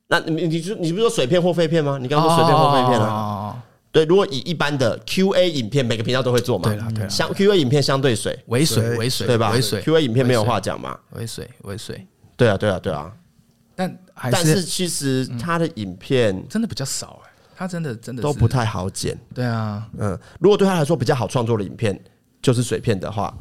[SPEAKER 1] 那你你就你不是说水片或废片吗？你刚刚说水片或废片啊？
[SPEAKER 2] 哦
[SPEAKER 1] 对，如果以一般的 Q&A 影片，每个频道都会做嘛。
[SPEAKER 2] 对啦对啦
[SPEAKER 1] 相 Q&A 影片相对水，
[SPEAKER 2] 尾水，
[SPEAKER 3] 对
[SPEAKER 2] 尾水，
[SPEAKER 1] 对吧
[SPEAKER 2] 尾水，
[SPEAKER 1] ？Q&A 影片没有话讲嘛？
[SPEAKER 2] 尾水，尾水，
[SPEAKER 1] 对啊，对啊，对啊。
[SPEAKER 2] 但还
[SPEAKER 1] 但是
[SPEAKER 2] 是
[SPEAKER 1] 其实他的影片
[SPEAKER 2] 真的比较少哎、欸，他真的真的
[SPEAKER 1] 都
[SPEAKER 2] 是
[SPEAKER 1] 不太好剪。
[SPEAKER 2] 对啊，
[SPEAKER 1] 嗯，如果对他来说比较好创作的影片就是水片的话，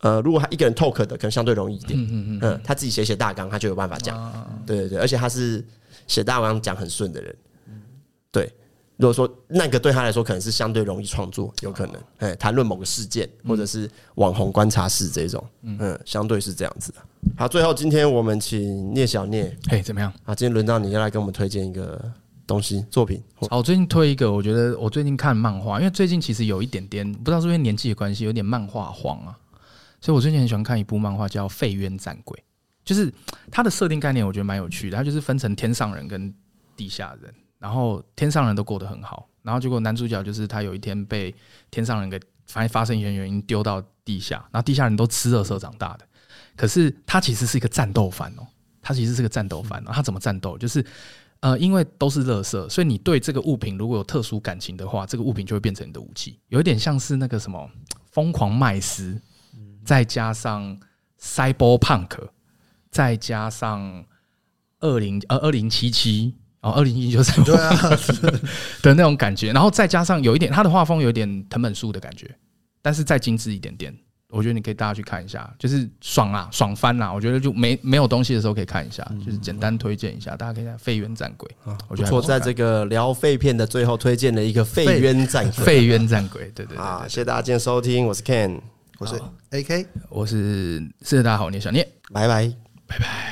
[SPEAKER 1] 呃，如果他一个人 talk 的，可能相对容易一点。嗯嗯啊他自己写写大纲，他就有办法讲。对对对，而且他是写大纲讲很顺的人。对，如果说那个对他来说可能是相对容易创作，有可能，哎、谈论某个事件或者是网红观察室这种，嗯，相对是这样子的。好，最后今天我们请聂小聂
[SPEAKER 2] 嘿，怎么样？
[SPEAKER 1] 啊，今天轮到你要来给我们推荐一个东西作品，或
[SPEAKER 2] 哦好，我最近推一个，我觉得我最近看漫画，因为最近其实有一点点，不知道是不是年纪的关系，有点漫画荒啊，所以我最近很喜欢看一部漫画叫《废渊战鬼》，就是它的设定概念我觉得蛮有趣的，它就是分成天上人跟地下人，然后天上人都过得很好，然后结果男主角就是他有一天被天上人给反正发生一些原因丢到地下，然后地下人都吃热蛇长大的，可是他其实是一个战斗番哦，他其实是个战斗番、哦，他怎么战斗就是。呃，因为都是垃圾，所以你对这个物品如果有特殊感情的话，这个物品就会变成你的武器，有一点像是那个什么疯狂麦斯，再加上 Cyberpunk，再加上二零呃二零七七，然后二零一九三
[SPEAKER 3] 对啊，
[SPEAKER 2] (laughs) 的那种感觉，然后再加上有一点他的画风有一点藤本树的感觉，但是再精致一点点。我觉得你可以大家去看一下，就是爽啊，爽翻啦、我觉得就没没有东西的时候可以看一下，就是简单推荐一下，大家可以看《废渊战鬼》我觉得还
[SPEAKER 1] 错，
[SPEAKER 2] 不错
[SPEAKER 1] 在这个聊废片的最后推荐了一个废冤战鬼。
[SPEAKER 2] 废渊战鬼，对对对
[SPEAKER 1] 啊，谢谢大家今天收听，我是 Ken，
[SPEAKER 3] 我是 AK。
[SPEAKER 2] 我是是大家好，我是小聂。
[SPEAKER 1] 拜拜。
[SPEAKER 2] 拜拜。